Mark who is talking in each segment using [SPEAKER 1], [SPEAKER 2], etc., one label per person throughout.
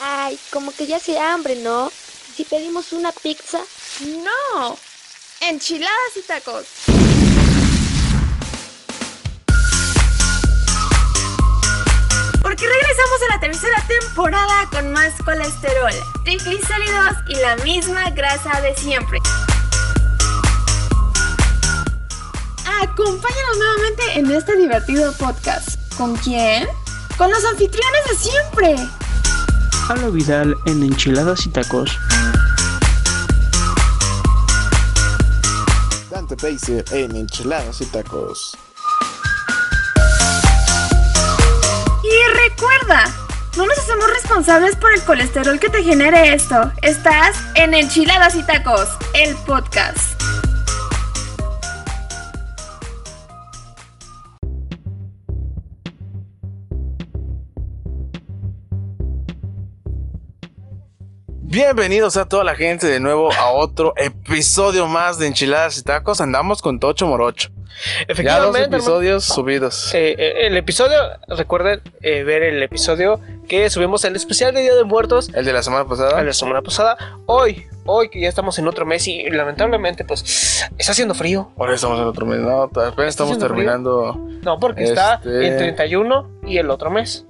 [SPEAKER 1] Ay, como que ya hace hambre, ¿no? Si pedimos una pizza.
[SPEAKER 2] No. Enchiladas y tacos.
[SPEAKER 3] Porque regresamos a la tercera temporada con más colesterol, triglicéridos y la misma grasa de siempre. Acompáñanos nuevamente en este divertido podcast. ¿Con quién? Con los anfitriones de siempre.
[SPEAKER 4] Pablo Vidal en Enchiladas y Tacos.
[SPEAKER 5] Dante Pacer en Enchiladas y Tacos.
[SPEAKER 3] Y recuerda, no nos hacemos responsables por el colesterol que te genere esto. Estás en Enchiladas y Tacos, el podcast.
[SPEAKER 5] Bienvenidos a toda la gente de nuevo a otro episodio más de Enchiladas y Tacos. Andamos con Tocho Morocho. Ya dos
[SPEAKER 6] Efectivamente, hermano.
[SPEAKER 5] episodios subidos.
[SPEAKER 6] Eh, eh, el episodio, recuerden eh, ver el episodio que subimos el especial de Día de Muertos
[SPEAKER 5] El de la semana
[SPEAKER 6] a
[SPEAKER 5] pasada.
[SPEAKER 6] la semana pasada. Hoy, hoy que ya estamos en otro mes y lamentablemente pues está haciendo frío.
[SPEAKER 5] Ahora estamos en otro mes. No, apenas estamos
[SPEAKER 6] haciendo
[SPEAKER 5] terminando.
[SPEAKER 6] No, porque está
[SPEAKER 5] Este-
[SPEAKER 6] en 31 y el otro mes.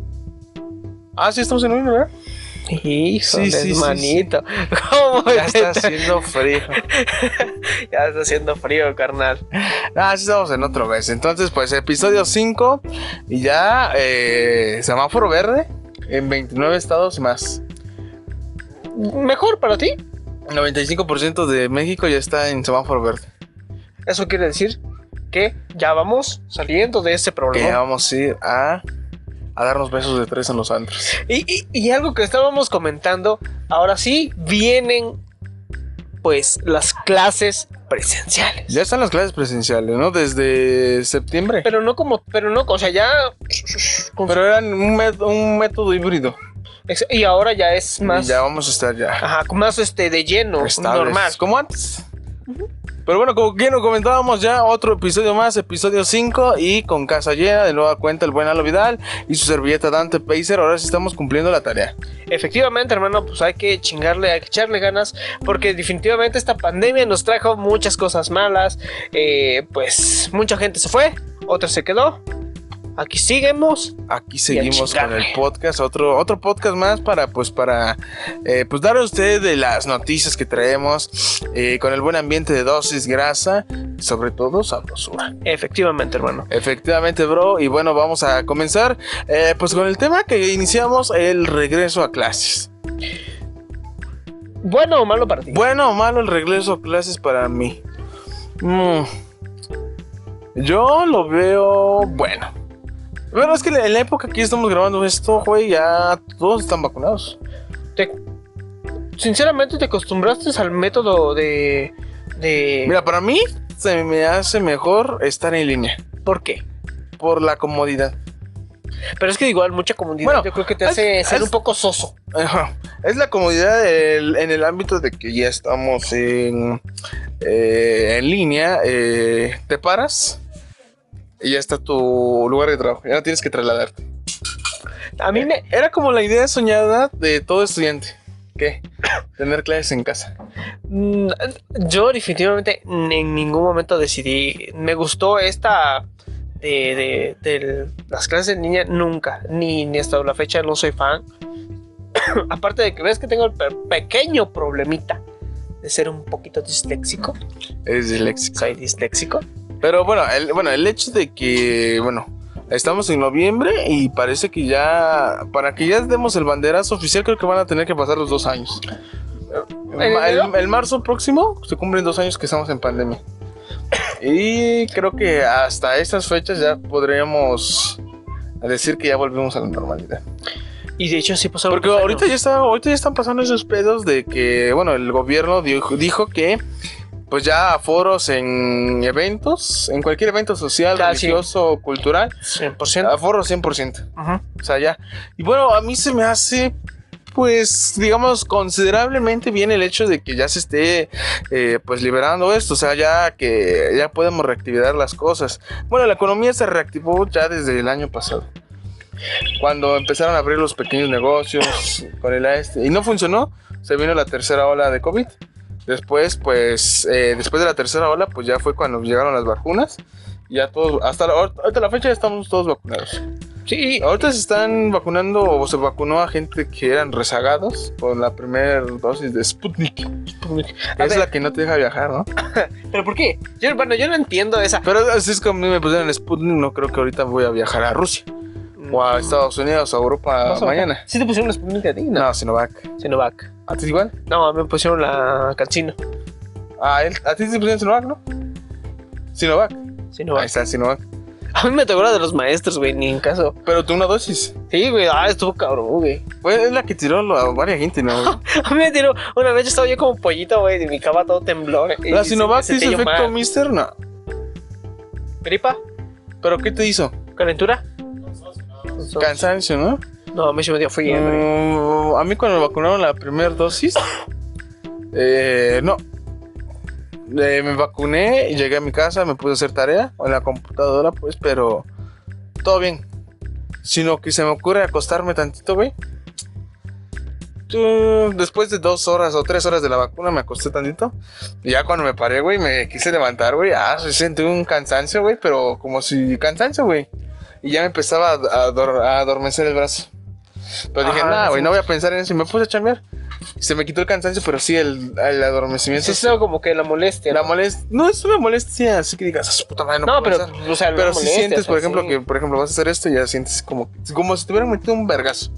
[SPEAKER 5] Ah, sí, estamos en uno, ¿verdad?
[SPEAKER 6] Hijo
[SPEAKER 5] Sí, sí, sí,
[SPEAKER 6] manito. ¿Cómo
[SPEAKER 5] Ya está
[SPEAKER 6] está?
[SPEAKER 5] haciendo frío.
[SPEAKER 6] ya está haciendo frío, carnal.
[SPEAKER 5] Ah, sí, estamos en otro mes. Entonces, pues, episodio 5. Y ya, eh, semáforo verde en 29 estados más.
[SPEAKER 6] Mejor para ti.
[SPEAKER 5] 95% de México ya está en semáforo verde.
[SPEAKER 6] Eso quiere decir que ya vamos saliendo de ese
[SPEAKER 5] Que
[SPEAKER 6] problema.
[SPEAKER 5] ya vamos a ir a, a darnos besos de tres en los antros.
[SPEAKER 6] Y, y- y algo que estábamos comentando, ahora sí vienen pues las clases presenciales.
[SPEAKER 5] Ya están las clases presenciales, ¿no? Desde septiembre.
[SPEAKER 6] Pero no como, pero no, o sea, ya... con-
[SPEAKER 5] Pero eran un, met- un método híbrido.
[SPEAKER 6] ex- y ahora ya es más...
[SPEAKER 5] Y ya vamos a estar ya.
[SPEAKER 6] Ajá, con más este de lleno,
[SPEAKER 5] estables,
[SPEAKER 6] normal.
[SPEAKER 5] Como antes. Pero bueno, como que nos comentábamos ya, otro episodio más, episodio 5, y con casa llena, de nueva cuenta el buen Alo Vidal y su servilleta Dante Pacer, ahora sí estamos cumpliendo la tarea.
[SPEAKER 6] Efectivamente, hermano, pues hay que chingarle, hay que echarle ganas, porque definitivamente esta pandemia nos trajo muchas cosas malas. eh, pues mucha gente se fue, otra se quedó. Aquí seguimos.
[SPEAKER 5] Aquí
[SPEAKER 6] a
[SPEAKER 5] seguimos con
[SPEAKER 6] chingarle.
[SPEAKER 5] el podcast, otro, otro podcast más para, pues, para, eh, pues, dar a ustedes de las noticias que traemos, eh, con el buen ambiente de dosis, grasa, y sobre todo sabrosura.
[SPEAKER 6] Efectivamente, hermano.
[SPEAKER 5] Efectivamente, bro. Y bueno, vamos a comenzar eh, pues con el tema que iniciamos, el regreso a clases.
[SPEAKER 6] Bueno o malo para ti.
[SPEAKER 5] Bueno o malo el regreso a clases para mí. Mm. Yo lo veo bueno. Bueno, es que en la época que estamos grabando esto, güey, ya todos están vacunados.
[SPEAKER 6] Te- sinceramente, ¿te acostumbraste al método de. de
[SPEAKER 5] Mira, para mí se me hace mejor estar en línea
[SPEAKER 6] ¿Por qué?
[SPEAKER 5] por la comodidad.
[SPEAKER 6] Pero es que igual, mucha comunidad.
[SPEAKER 5] Bueno,
[SPEAKER 6] yo creo que te
[SPEAKER 5] haz-
[SPEAKER 6] hace ser
[SPEAKER 5] haz-
[SPEAKER 6] un poco soso.
[SPEAKER 5] Ajá. Es la comodidad del- en el ámbito de que ya estamos en, eh, en línea. eh, te paras y ya está tu lugar de trabajo. Ya no tienes que trasladarte. Eh,
[SPEAKER 6] A mí me.
[SPEAKER 5] Era como la idea soñada de todo estudiante. ¿Qué? Tener clases en casa.
[SPEAKER 6] mm, Yo, definitivamente, en ningún momento decidí. Me gustó esta. De, de- del- las clases en línea nunca, ni, ni hasta la fecha no soy fan. Aparte de que ves que tengo el pe- pequeño problemita de ser un poquito disléxico.
[SPEAKER 5] Eres disléxico.
[SPEAKER 6] Soy disléxico.
[SPEAKER 5] Pero bueno el, bueno, el hecho de que, bueno, estamos en noviembre y parece que ya, para que ya demos el banderazo oficial, creo que van a tener que pasar los dos años. El, el- el marzo próximo se cumplen dos años que estamos en pandemia. Y creo que hasta estas fechas ya podríamos decir que ya volvimos a la normalidad.
[SPEAKER 6] Y de hecho sí pasaron.
[SPEAKER 5] Porque
[SPEAKER 6] dos
[SPEAKER 5] ahorita
[SPEAKER 6] años.
[SPEAKER 5] ya, está, ahorita ya están pasando esos pedos de que, bueno, el gobierno dijo, dijo que, pues ya aforos en eventos, en cualquier evento social,
[SPEAKER 6] Ya, sí.
[SPEAKER 5] religioso o cultural,
[SPEAKER 6] 100%.
[SPEAKER 5] aforos 100%.
[SPEAKER 6] Ajá.
[SPEAKER 5] O sea, ya. Y bueno, a mí se me hace, pues, digamos, considerablemente bien el hecho de que ya se esté, eh, pues, liberando esto. O sea, ya que ya podemos reactivar las cosas. Bueno, la economía se reactivó ya desde el año pasado. Cuando empezaron a abrir los pequeños negocios con el este y no funcionó, se vino la tercera ola de COVID. Después, pues, eh, después de la tercera ola, pues ya fue cuando llegaron las vacunas. y Ya todos, hasta la, ahorita la fecha ya estamos todos vacunados.
[SPEAKER 6] Sí,
[SPEAKER 5] Ahorita se están vacunando o se vacunó a gente que eran rezagados con la primera dosis de Sputnik.
[SPEAKER 6] pues A
[SPEAKER 5] es
[SPEAKER 6] ver.
[SPEAKER 5] la que no te deja viajar, ¿no?
[SPEAKER 6] pero ¿por qué? Yo, bueno, yo no entiendo esa.
[SPEAKER 5] Pero así es como a mí me pusieron Sputnik, no creo que ahorita voy a viajar a Rusia o
[SPEAKER 6] Mm,
[SPEAKER 5] a Estados Unidos o a Europa
[SPEAKER 6] Vas a
[SPEAKER 5] mañana.
[SPEAKER 6] bajar. Sí te pusieron Sputnik a ti,
[SPEAKER 5] No,
[SPEAKER 6] no.
[SPEAKER 5] Sinovac.
[SPEAKER 6] Sinovac.
[SPEAKER 5] ¿A ti igual?
[SPEAKER 6] No, me pusieron la Cancino.
[SPEAKER 5] ¿A, él, a ti te pusieron Sinovac, no? Sinovac. Ahí
[SPEAKER 6] Sinovac.
[SPEAKER 5] está Sinovac.
[SPEAKER 6] A mí me tocó la de los maestros, güey, ni en caso.
[SPEAKER 5] Pero tú una dosis.
[SPEAKER 6] Sí, güey, ah, estuvo cabrón, güey.
[SPEAKER 5] Pues es la que tiró lo- a varias gente, ¿no?
[SPEAKER 6] A mí me tiró, una vez yo estaba yo como pollito, güey, y mi cama todo tembló. güey,
[SPEAKER 5] ¿La
[SPEAKER 6] y se-
[SPEAKER 5] Sinovac
[SPEAKER 6] se
[SPEAKER 5] te hizo
[SPEAKER 6] te
[SPEAKER 5] efecto
[SPEAKER 6] mal.
[SPEAKER 5] mister? No.
[SPEAKER 6] ¿Gripa?
[SPEAKER 5] ¿Pero qué te hizo?
[SPEAKER 6] ¿Calentura?
[SPEAKER 5] Cansancio, ¿no?
[SPEAKER 6] No, a mí se me dio frío.
[SPEAKER 5] Mm, a mí cuando me vacunaron la primera dosis, eh, no. Eh, me vacuné, llegué a mi casa, me puse a hacer tarea en la computadora, pues, pero todo bien. Sino que se me ocurre acostarme tantito, güey. Tu- Mm, Después de dos horas o tres horas de la vacuna me acosté tantito. Y ya cuando me paré, güey, me quise levantar, güey. Ah, sí sentí un cansancio, güey, pero como si cansancio, güey. Y ya me empezaba a, a ador- a adormecer el brazo. Pero dije,
[SPEAKER 6] Ajá,
[SPEAKER 5] nada, güey,
[SPEAKER 6] sí.
[SPEAKER 5] no voy a pensar en eso. Y me puse a chambear. Se me quitó el cansancio, pero sí el, el adormecimiento.
[SPEAKER 6] Eso es algo como que la molestia.
[SPEAKER 5] La molestia. No es una molestia, así que digas, "Ah, su puta madre, no,
[SPEAKER 6] no,
[SPEAKER 5] puedo
[SPEAKER 6] pero,
[SPEAKER 5] hacer".
[SPEAKER 6] o sea,
[SPEAKER 5] Pero
[SPEAKER 6] la
[SPEAKER 5] si
[SPEAKER 6] molestia, o
[SPEAKER 5] sientes,
[SPEAKER 6] sea,
[SPEAKER 5] por ejemplo,
[SPEAKER 6] sí.
[SPEAKER 5] que por ejemplo vas a hacer esto y ya sientes como, como si te hubieran metido un vergazo.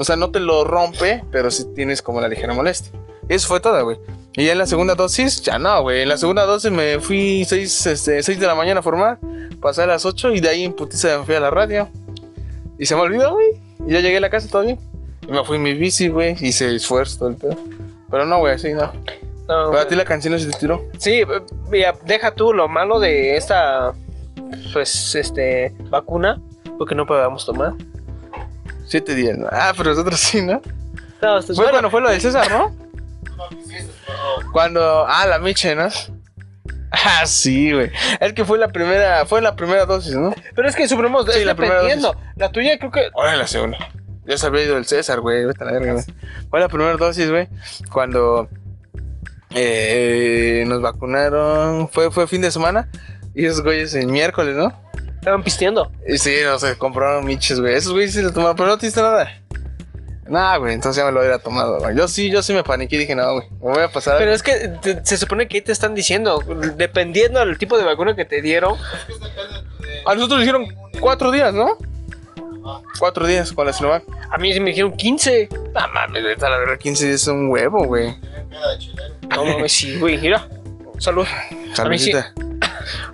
[SPEAKER 5] O sea, no te lo rompe, pero sí tienes como la ligera molestia. Eso fue todo, güey. Y ya en la segunda dosis, ya no, güey. En la segunda dosis me fui 6 de la mañana a formar, pasé a las 8 y de ahí en putiza me fui a la radio. Y se me olvidó, güey. Y ya llegué a la casa todo bien. Y me fui en mi bici, güey. Hice esfuerzo, todo el pedo. Pero no, güey, así no.
[SPEAKER 6] No,
[SPEAKER 5] Pero a ti la canción no se te tiró.
[SPEAKER 6] Sí, eh, mira, deja tú lo malo de esta, pues, este, vacuna, porque no podíamos tomar.
[SPEAKER 5] Siete días, ¿no? Ah, pero nosotros sí, ¿no?
[SPEAKER 6] No, esto-
[SPEAKER 5] Fue cuando fue lo del César, ¿no? Cuando. Ah, la Miche, ¿no? Ah, sí, güey. Es que fue la primera. Fue la primera dosis, ¿no?
[SPEAKER 6] pero es que Supremo,
[SPEAKER 5] Sí,
[SPEAKER 6] es
[SPEAKER 5] la primera
[SPEAKER 6] dependiendo. La tuya creo que...
[SPEAKER 5] Ahora en la segunda. Ya se había ido el César, güey. Vete a la verga, güey. Fue la primera dosis, güey. Cuando. eh, nos vacunaron. Fue, fue fin de semana. Y esos güeyes el miércoles, ¿no?
[SPEAKER 6] Estaban pisteando.
[SPEAKER 5] Y sí, no sé, compraron miches, güey. Esos güeyes sí lo tomaron, pero no te diste nada. Nah, güey, entonces ya me lo hubiera tomado, güey. Yo sí, yo sí me paniqué y dije, no, güey, me voy a pasar.
[SPEAKER 6] Pero es que te- se supone que ahí te están diciendo, dependiendo del tipo de vacuna que te dieron.
[SPEAKER 5] A nosotros nos dijeron cuatro días, ¿no? Cuatro días con la Sinovac.
[SPEAKER 6] A mí sí me dijeron 15.
[SPEAKER 5] No mames, vete a la verdad, 15 días es un huevo, güey.
[SPEAKER 6] No mames, sí, güey, mira. Salud. A mí sí.
[SPEAKER 5] Saludita.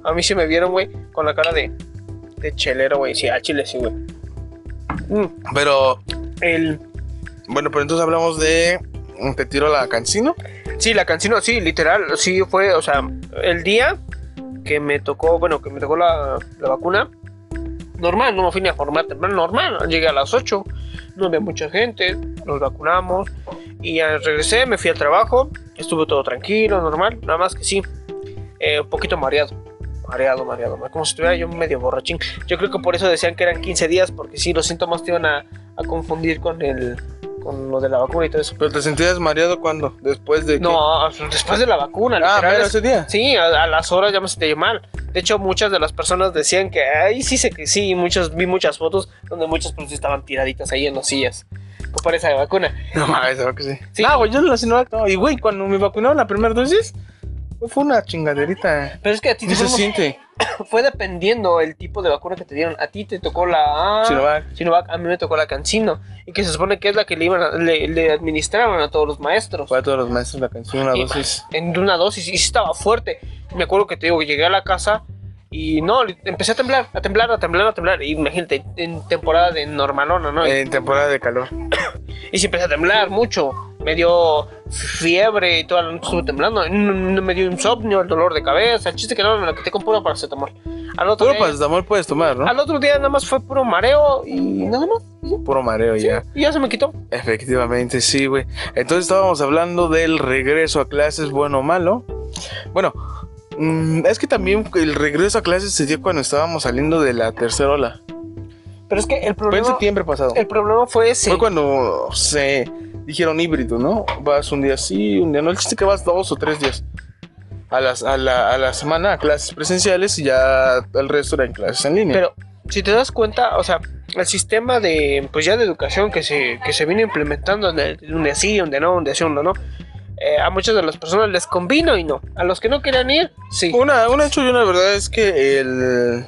[SPEAKER 6] A mí sí me vieron, güey, con la cara de, de chelero, güey. Sí, a chile, sí, güey. Mm,
[SPEAKER 5] Pero,
[SPEAKER 6] El...
[SPEAKER 5] bueno, pero entonces hablamos de. mm, Te tiro la cancino.
[SPEAKER 6] Sí, la cancino, sí, literal, sí fue, o sea, el día que me tocó, bueno, que me tocó la, la vacuna, normal, no me fui ni a formar temprano, normal, llegué a las 8, no había mucha gente, nos vacunamos y ya regresé, me fui al trabajo, estuvo todo tranquilo, normal, nada más que sí, eh, un poquito mareado, mareado, mareado, ma- como si estuviera yo medio borrachín. Yo creo que por eso decían que eran 15 días, porque sí, los síntomas te iban a, a confundir con el con lo de la vacuna y todo eso.
[SPEAKER 5] Pero te sentías mareado cuando? Después de. que-
[SPEAKER 6] No, ah, después de la vacuna,
[SPEAKER 5] Ah,
[SPEAKER 6] literal,
[SPEAKER 5] pero
[SPEAKER 6] es-
[SPEAKER 5] ese día.
[SPEAKER 6] Sí, a, a las horas ya me sentí mal. De hecho, muchas de las personas decían que ahí sí se que sí, muchas vi muchas fotos donde muchas personas estaban tiraditas ahí en las sillas por por esa vacuna.
[SPEAKER 5] No mames, creo que sí.
[SPEAKER 6] Sí.
[SPEAKER 5] No, Ah, güey, yo la Sinovac no. Y, güey, cuando me vacunaron la primera dosis, güey, fue una chingaderita.
[SPEAKER 6] Pero es que a ti
[SPEAKER 5] ¿Qué
[SPEAKER 6] te
[SPEAKER 5] se
[SPEAKER 6] fuimos-
[SPEAKER 5] siente?
[SPEAKER 6] fue dependiendo el tipo de vacuna que te dieron. A ti te tocó la
[SPEAKER 5] Sinovac.
[SPEAKER 6] Sinovac, a mí me tocó la Cancino y que se supone que es la que le iban a- le, le administraban a todos los maestros.
[SPEAKER 5] Fue a todos los maestros la canción, una
[SPEAKER 6] Y-
[SPEAKER 5] dosis.
[SPEAKER 6] en una dosis y sí estaba fuerte. Me acuerdo que te digo, llegué a la casa y no, li- empecé a temblar, a temblar, a temblar, a temblar. Y imagínate, en temporada de normalona, ¿no?
[SPEAKER 5] En temporada de calor.
[SPEAKER 6] Y sí empecé a temblar mucho. Me dio fiebre y toda la noche estuve temblando. N- n- Me dio insomnio, el dolor de cabeza. El chiste que no me la quité con puro paracetamol. Al otro,
[SPEAKER 5] Puro
[SPEAKER 6] día,
[SPEAKER 5] paracetamol puedes tomar, ¿no?
[SPEAKER 6] al otro día nada más fue puro mareo y nada más.
[SPEAKER 5] Puro mareo ya.
[SPEAKER 6] Y ya se me quitó.
[SPEAKER 5] Efectivamente, sí, güey. Entonces estábamos hablando del regreso a clases, bueno o malo. Bueno, mm, es que también el regreso a clases se dio cuando estábamos saliendo de la tercera ola.
[SPEAKER 6] Pero es que el
[SPEAKER 5] Fue en
[SPEAKER 6] problema,
[SPEAKER 5] septiembre pasado.
[SPEAKER 6] el problema fue ese.
[SPEAKER 5] Fue cuando se dijeron híbrido, ¿no? Vas un día sí, un día no. El chiste es que vas dos o tres días a, las, a, la, a la semana a clases presenciales y ya el resto era en clases en línea.
[SPEAKER 6] Pero si te das cuenta, o sea, el sistema de, pues ya de educación que se, que se viene implementando, donde, donde sí, donde no, donde sí, donde no, eh, a muchas de las personas les convino y no. A los que no querían ir, sí.
[SPEAKER 5] Una, un hecho y una verdad es que el,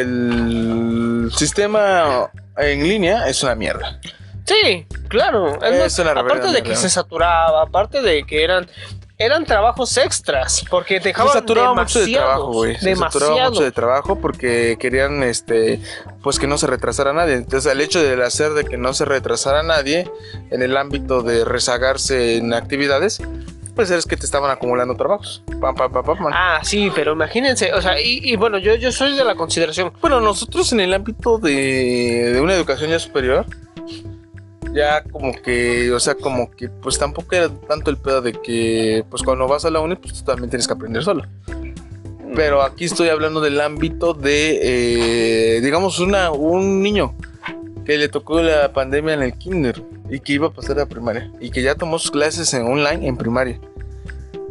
[SPEAKER 5] el sistema en línea es una mierda.
[SPEAKER 6] Sí, claro. Es más,
[SPEAKER 5] Es una reverenda
[SPEAKER 6] aparte de que
[SPEAKER 5] mierda.
[SPEAKER 6] se saturaba, aparte de que eran eran trabajos extras, porque
[SPEAKER 5] Se
[SPEAKER 6] dejaban
[SPEAKER 5] saturaba mucho de
[SPEAKER 6] demasiados,
[SPEAKER 5] trabajo, güey. Se saturaba
[SPEAKER 6] demasiado.
[SPEAKER 5] mucho de trabajo porque querían, este, pues que no se retrasara nadie. Entonces, el hecho del hacer de que no se retrasara nadie en el ámbito de rezagarse en actividades, pues es que te estaban acumulando trabajos. Pam, pam, pam, pam, pam.
[SPEAKER 6] Ah, sí, pero imagínense, o sea, y, y bueno, yo, yo soy de la consideración.
[SPEAKER 5] Bueno, nosotros en el ámbito de, de una educación ya superior, ya como que, o sea, como que pues tampoco era tanto el pedo de que pues cuando vas a la uni, pues tú también tienes que aprender solo. Pero aquí estoy hablando del ámbito de, eh, digamos, una, un niño que le tocó la pandemia en el kinder y que iba a pasar a primaria y que ya tomó sus clases en online en primaria.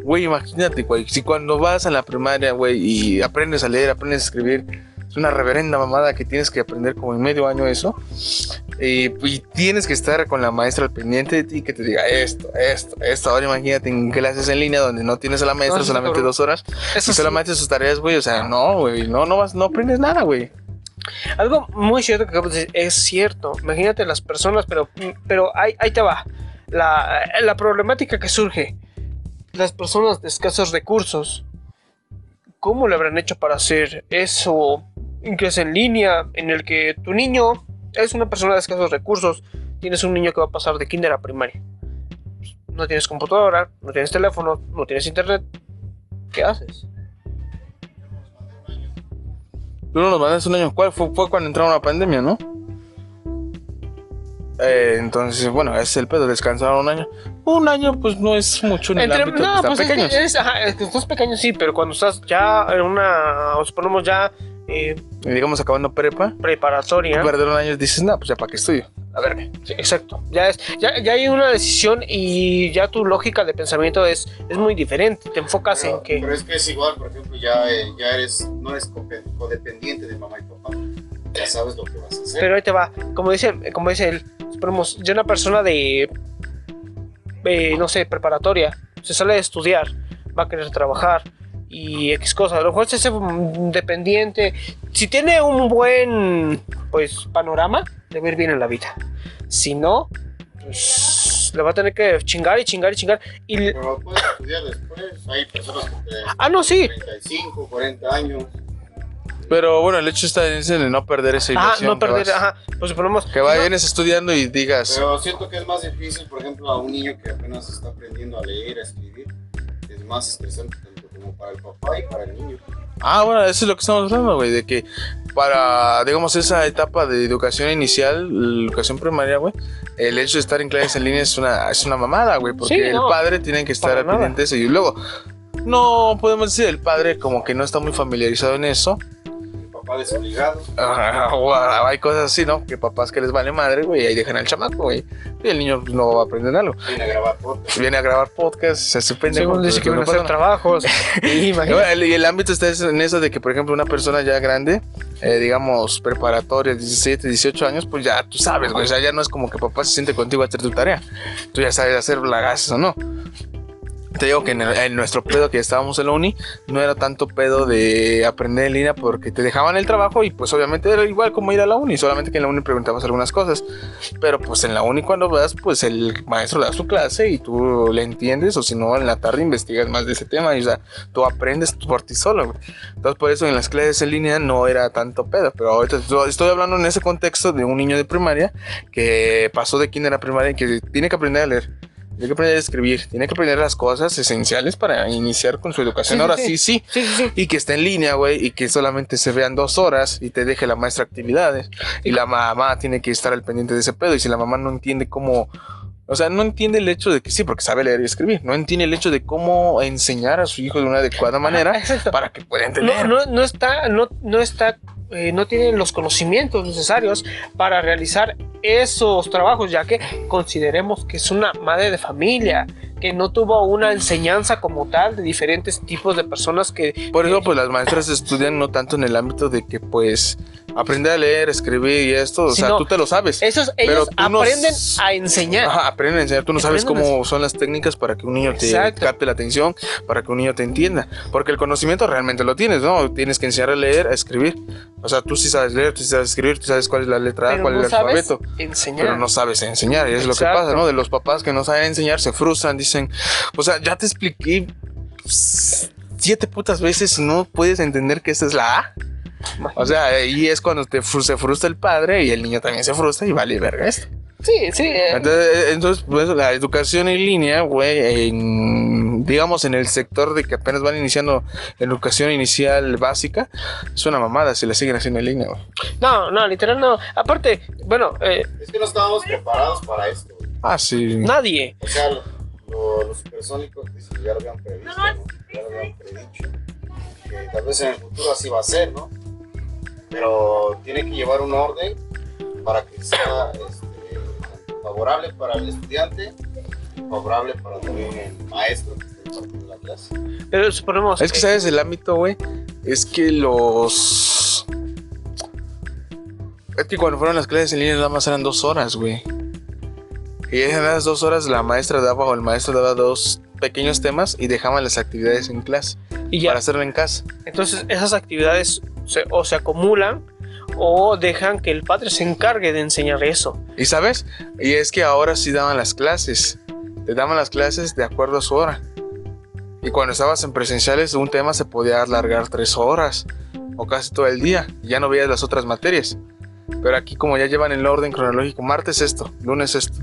[SPEAKER 5] Güey, imagínate, güey, si cuando vas a la primaria, güey, y aprendes a leer, aprendes a escribir, es una reverenda mamada que tienes que aprender como en medio año eso. eh, y tienes que estar con la maestra al pendiente de ti que te diga esto, esto, esto. Ahora imagínate en clases en línea donde no tienes a la maestra
[SPEAKER 6] No, sí,
[SPEAKER 5] solamente
[SPEAKER 6] cabrón.
[SPEAKER 5] dos horas
[SPEAKER 6] Eso
[SPEAKER 5] y
[SPEAKER 6] sí,
[SPEAKER 5] solamente sus tareas, güey. O sea, no, güey, no, no vas, no aprendes nada, güey.
[SPEAKER 6] Algo muy cierto que acabas de decir, es cierto. Imagínate las personas, pero, pero ahí, ahí te va. La, la problemática que surge. Las personas de escasos recursos, ¿cómo le habrán hecho para hacer eso? Un Clase en línea, en el que tu niño es una persona de escasos recursos, tienes un niño que va a pasar de kinder a primaria. No tienes computadora, no tienes teléfono, no tienes internet. ¿Qué haces?
[SPEAKER 5] Tú no nos mandaste un año. ¿Cuál fue, fue cuando entraron la pandemia, no? Eh, entonces, bueno, ese es el pedo, descansaron un año. Un año, pues no es mucho en el
[SPEAKER 6] Entre-
[SPEAKER 5] ámbito de que
[SPEAKER 6] no,
[SPEAKER 5] están
[SPEAKER 6] pues es que
[SPEAKER 5] pequeños.
[SPEAKER 6] eres- ajá, es que estás pequeño, sí, pero cuando estás ya en una, os ponemos ya eh,
[SPEAKER 5] Y digamos, acabando prepa,
[SPEAKER 6] preparatoria.
[SPEAKER 5] perder un año dices, no, pues ya para qué estudio.
[SPEAKER 6] A ver, sí, exacto. Ya, es, ya, ya hay una decisión y ya tu lógica de pensamiento es, es muy diferente. Te enfocas
[SPEAKER 7] pero,
[SPEAKER 6] en que.
[SPEAKER 7] pero es que es igual, por ejemplo, ya, eh, ya eres, no eres cope- codependiente de mamá y papá. Ya sabes lo que vas a hacer.
[SPEAKER 6] Pero ahí te va. Como dice, como dice él, os ponemos ya una persona de, eh, no sé, preparatoria, se sale de estudiar, va a querer trabajar y X cosas. A lo mejor se hace mm, dependiente. Si tiene un buen pues panorama, le va a ir bien en la vida. Si no, pues le va a tener que chingar y chingar y chingar. Y, l-
[SPEAKER 7] Pero puedes estudiar después. Hay personas que te-
[SPEAKER 6] ah, no, sí.
[SPEAKER 7] 35, 40 años.
[SPEAKER 5] Pero bueno, el hecho está en de no perder esa
[SPEAKER 6] Ah,
[SPEAKER 5] ilusión.
[SPEAKER 6] no perder,
[SPEAKER 5] que vas-
[SPEAKER 6] ajá. Pues ponemos.
[SPEAKER 5] Que vayas estudiando y digas,
[SPEAKER 7] Pero siento que es más difícil, por ejemplo, a un niño que apenas está aprendiendo a leer, a escribir. Es más estresante tanto como para el papá y para el niño.
[SPEAKER 5] Ah, bueno, eso es lo que estamos hablando, güey, de que para, digamos, esa etapa de educación inicial, la educación primaria, güey, el hecho de estar en clases en línea es una, es una mamada, güey, porque
[SPEAKER 6] Sí,
[SPEAKER 5] el
[SPEAKER 6] no,
[SPEAKER 5] padre tiene que estar
[SPEAKER 6] para
[SPEAKER 5] al
[SPEAKER 6] nada.
[SPEAKER 5] pendiente de eso. Y luego, no podemos decir, el padre como que no está muy familiarizado en eso.
[SPEAKER 7] El papá desobligado.
[SPEAKER 5] Ah, o ah, hay cosas así, ¿no? Que papás que les vale madre, güey, y ahí dejan al chamaco, güey. Y el niño pues, no va a aprender algo.
[SPEAKER 7] Viene a grabar podcast.
[SPEAKER 5] Viene a grabar podcast, se hace pendejo,
[SPEAKER 6] Según dice
[SPEAKER 5] pero
[SPEAKER 6] que
[SPEAKER 5] no
[SPEAKER 6] van a
[SPEAKER 5] pasa
[SPEAKER 6] hacer
[SPEAKER 5] nada.
[SPEAKER 6] trabajos. Y
[SPEAKER 5] Y
[SPEAKER 6] imagínate.
[SPEAKER 5] bueno, el, y el ámbito está es- en eso de que, por ejemplo, una persona ya grande, eh, digamos, preparatoria, 17, 18 años, pues ya tú sabes, güey. O sea, ya no es como que papá se siente contigo a hacer tu tarea. Tú ya sabes hacer lagazas o no. Te digo que en, el- en nuestro pedo que estábamos en la uni, no era tanto pedo de aprender en línea porque te dejaban el trabajo y pues obviamente era igual como ir a la uni, solamente que en la uni preguntabas algunas cosas. Pero pues en la uni cuando vas, pues el maestro da su clase y tú le entiendes o si no, en la tarde investigas más de ese tema y o sea, tú aprendes por ti solo, güey. Entonces, por eso en las clases en línea no era tanto pedo, pero ahorita yo estoy hablando en ese contexto de un niño de primaria que pasó de kinder a primaria y que tiene que aprender a leer. Tiene que aprender a escribir, tiene que aprender las cosas esenciales para iniciar con su educación.
[SPEAKER 6] Sí, sí,
[SPEAKER 5] Ahora
[SPEAKER 6] sí.
[SPEAKER 5] sí, sí,
[SPEAKER 6] Sí, sí, sí.
[SPEAKER 5] y que esté en línea, güey, y que solamente se vean dos horas y te deje la maestra actividades. Y la mamá tiene que estar al pendiente de ese pedo. Y si la mamá no entiende cómo. O sea, no entiende el hecho de que sí, porque sabe leer y escribir. No entiende el hecho de cómo enseñar a su hijo de una adecuada manera
[SPEAKER 6] Exacto.
[SPEAKER 5] para que pueda
[SPEAKER 6] Ah, No,
[SPEAKER 5] entender.
[SPEAKER 6] no, no está, no, no está eh, no tienen los conocimientos necesarios para realizar esos trabajos, ya que consideremos que es una madre de familia, que no tuvo una enseñanza como tal de diferentes tipos de personas que...
[SPEAKER 5] Por eso,
[SPEAKER 6] que-
[SPEAKER 5] pues las maestras estudian no tanto en el ámbito de que, pues, aprender a leer, escribir y esto. O
[SPEAKER 6] Sí,
[SPEAKER 5] sea,
[SPEAKER 6] no.
[SPEAKER 5] tú te lo sabes.
[SPEAKER 6] esos,
[SPEAKER 5] pero
[SPEAKER 6] ellos
[SPEAKER 5] tú no
[SPEAKER 6] aprenden
[SPEAKER 5] s-
[SPEAKER 6] a enseñar.
[SPEAKER 5] Ajá, aprenden a enseñar. Tú no sabes
[SPEAKER 6] Aprenden a
[SPEAKER 5] cómo son las técnicas para que un niño te
[SPEAKER 6] Exacto.
[SPEAKER 5] capte la atención, para que un niño te entienda. Porque el conocimiento realmente lo tienes, ¿no? Tienes que enseñar a leer, a escribir. O sea, tú sí sabes leer, tú sí sabes escribir, tú sabes cuál es la letra A,
[SPEAKER 6] Pero
[SPEAKER 5] cuál
[SPEAKER 6] no
[SPEAKER 5] es el
[SPEAKER 6] sabes
[SPEAKER 5] alfabeto.
[SPEAKER 6] enseñar.
[SPEAKER 5] Pero no sabes enseñar, y es lo que
[SPEAKER 6] Exacto.
[SPEAKER 5] pasa, ¿no? De los papás que no saben enseñar se frustran, dicen, o sea, ya te expliqué s- siete putas veces y no puedes entender que esta es la A. O sea, ahí es cuando te, fru- se frustra el padre y el niño también se frustra y vale verga esto.
[SPEAKER 6] Sí, sí. eh,
[SPEAKER 5] Entonces, eh, entonces, pues, la educación en línea, güey, en- digamos en el sector de que apenas van iniciando educación inicial básica, es una mamada si la siguen haciendo en línea, güey.
[SPEAKER 6] No, no, literal no. Aparte, bueno, eh,
[SPEAKER 7] Es que no estábamos preparados para esto. güey.
[SPEAKER 5] Ah, sí.
[SPEAKER 6] nadie.
[SPEAKER 7] O sea, lo- lo- los supersónicos dicen, ya lo habían previsto, ¿no? ya lo habían predicho. Que tal vez en el futuro así va a ser, ¿no? Pero tiene que llevar un orden para que sea este, favorable para el estudiante y favorable para también el maestro que esté impartiendo la clase.
[SPEAKER 6] Pero suponemos...
[SPEAKER 5] Es que,
[SPEAKER 6] eh,
[SPEAKER 5] ¿sabes? El ámbito, güey, es que los... Es que cuando fueron las clases en línea nada más eran dos horas, güey. Y en las dos horas la maestra daba o el maestro daba dos pequeños temas y dejaban las actividades en clase
[SPEAKER 6] y ya.
[SPEAKER 5] para hacerlo en casa.
[SPEAKER 6] Entonces esas actividades se- o se acumulan o dejan que el padre se encargue de enseñar eso.
[SPEAKER 5] ¿Y sabes? Y es que ahora sí daban las clases. Te daban las clases de acuerdo a su hora. Y cuando estabas en presenciales, un tema se podía alargar tres horas o casi todo el día. Y ya no veías las otras materias. Pero aquí, como ya llevan el orden cronológico, martes esto, lunes esto.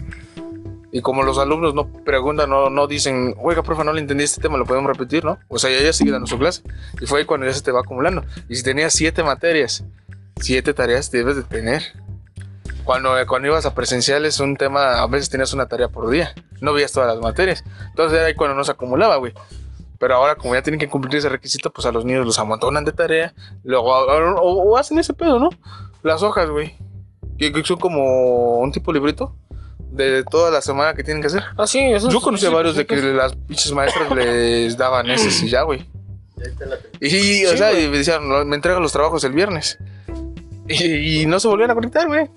[SPEAKER 5] Y como los alumnos no preguntan, no, no dicen, oiga, profe, no le entendí este tema, lo podemos repetir, ¿no? O sea, ya, ya sigue dando su clase. Y fue ahí cuando ya se te va acumulando. Y si tenías siete materias, siete tareas debes de tener. Cuando, cuando ibas a presenciales, un tema, a veces tenías una tarea por día. No veías todas las materias. Entonces era ahí cuando no se acumulaba, güey. Pero ahora, como ya tienen que cumplir ese requisito, pues a los niños los amontonan de tarea. Luego, o, o- o hacen ese pedo, ¿no? Las hojas, güey. Que, que son como un tipo librito de toda la semana que tienen que hacer.
[SPEAKER 6] Ah, sí, eso
[SPEAKER 5] Yo conocí a varios de que las pinches maestras les daban ese y ya, güey.
[SPEAKER 7] Y ahí está la tecnología.
[SPEAKER 5] Y, y, o
[SPEAKER 6] Sí,
[SPEAKER 5] sea,
[SPEAKER 6] güey.
[SPEAKER 5] y me decían, "No, me entregan los trabajos el viernes. Y, y no se volvían a conectar, güey.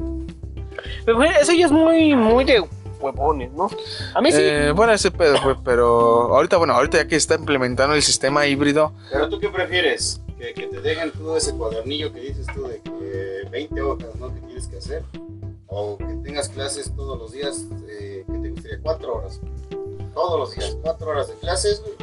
[SPEAKER 6] Pero bueno, eso ya es muy, muy de huevones, ¿no? A mí sí.
[SPEAKER 5] Eh, bueno, ese pedo, güey, pero ahorita, bueno, ahorita ya que está implementando el sistema híbrido,
[SPEAKER 7] Pero tú qué prefieres? ¿Que, que te dejen todo ese cuadernillo que dices tú de que 20 hojas no que tienes que hacer. O que tengas clases todos los días, eh, que te gustaría 4 horas. Todos los días, 4 horas de clases, güey.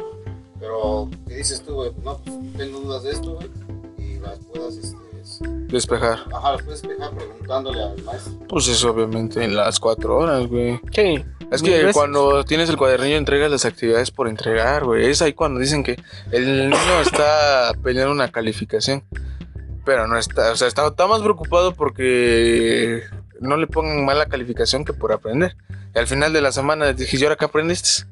[SPEAKER 7] Pero que dices tú, güey, no, pues, tengo dudas de esto, güey. Y las puedas, este, es-
[SPEAKER 5] despejar.
[SPEAKER 7] ajá, las puedes dejar preguntándole al maestro.
[SPEAKER 5] Pues eso, obviamente, en las cuatro horas, güey.
[SPEAKER 6] sí. Pues,
[SPEAKER 5] Es
[SPEAKER 6] Mil
[SPEAKER 5] que
[SPEAKER 6] veces.
[SPEAKER 5] cuando tienes el cuadernillo entregas las actividades por entregar, güey. Es ahí cuando dicen que el niño está peleando una calificación. Pero no está, o sea, está, está más preocupado porque no le pongan mala calificación que por aprender. Y al final de la semana les dije, ¿y ahora qué aprendiste?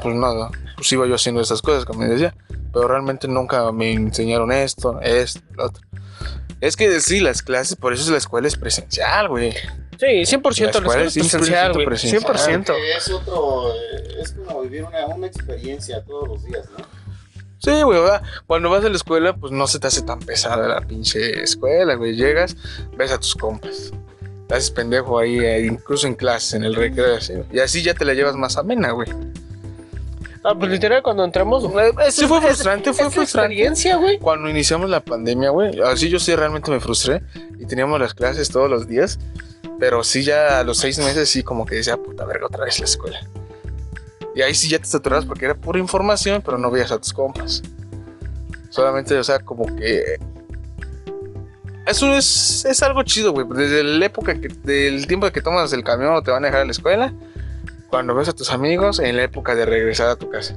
[SPEAKER 5] Pues nada, pues iba yo haciendo esas cosas que me decía. Pero realmente nunca me enseñaron esto, esto, lo otro. Es que sí, las clases, por eso la escuela es presencial, güey.
[SPEAKER 6] Sí, 100%
[SPEAKER 5] La escuela
[SPEAKER 6] la escuela
[SPEAKER 5] es
[SPEAKER 6] es presencial,
[SPEAKER 5] 100%
[SPEAKER 6] güey.
[SPEAKER 5] presencial.
[SPEAKER 6] 100%.
[SPEAKER 7] Que Es otro, eh, es como vivir una, una experiencia todos los días, ¿no?
[SPEAKER 5] Sí, güey, o sea, cuando vas a la escuela, pues no se te hace tan pesada la pinche escuela, güey. Llegas, ves a tus compas. Te haces pendejo ahí, eh, incluso en clases, en el recreo, así. Y así ya te la llevas más amena, güey.
[SPEAKER 6] Ah, pues literal, cuando entramos.
[SPEAKER 5] Sí, fue frustrante, fue
[SPEAKER 6] fue
[SPEAKER 5] frustrante.
[SPEAKER 6] experiencia, güey.
[SPEAKER 5] Cuando iniciamos la pandemia, güey, así yo sí realmente me frustré y teníamos las clases todos los días, pero sí ya a los seis meses sí como que decía, puta verga, otra vez la escuela. Y ahí sí ya te saturabas porque era pura información, pero no veías a tus compas. Solamente, o sea, como que... Eso es, es algo chido, güey. Desde la época, que, del tiempo que tomas el camión o te van a dejar a la escuela, cuando ves a tus amigos, en la época de regresar a tu casa.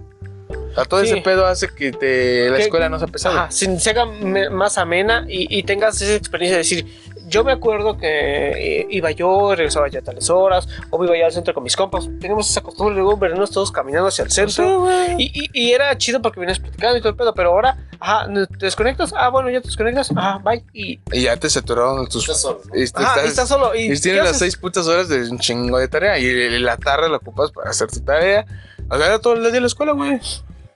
[SPEAKER 5] O sea, todo
[SPEAKER 6] Sí.
[SPEAKER 5] ese pedo hace que te, la
[SPEAKER 6] Que-
[SPEAKER 5] escuela no sea pesada.
[SPEAKER 6] Ajá, se, se haga me- más amena y, y tengas esa experiencia de decir, yo me acuerdo que eh, iba yo, regresaba ya a tales horas, o me iba ya al centro con mis compas. Teníamos esa costumbre luego vernos todos caminando hacia el centro. Y, y- y era chido porque venías platicando y todo el pedo, pero ahora, ajá, te desconectas, ah, bueno, ya te desconectas, ajá, bye. Y,
[SPEAKER 5] Y ya te saturaron tus.
[SPEAKER 7] Estás solo, ¿no?
[SPEAKER 5] y te
[SPEAKER 6] ajá, y
[SPEAKER 5] estás-
[SPEAKER 6] estás solo. Y,
[SPEAKER 5] Y
[SPEAKER 6] ¿qué
[SPEAKER 5] tienes las
[SPEAKER 6] haces?
[SPEAKER 5] seis putas horas de un chingo de tarea. Y la tarde la ocupas para hacer tu tarea. O sea, era todo el día de la escuela, güey.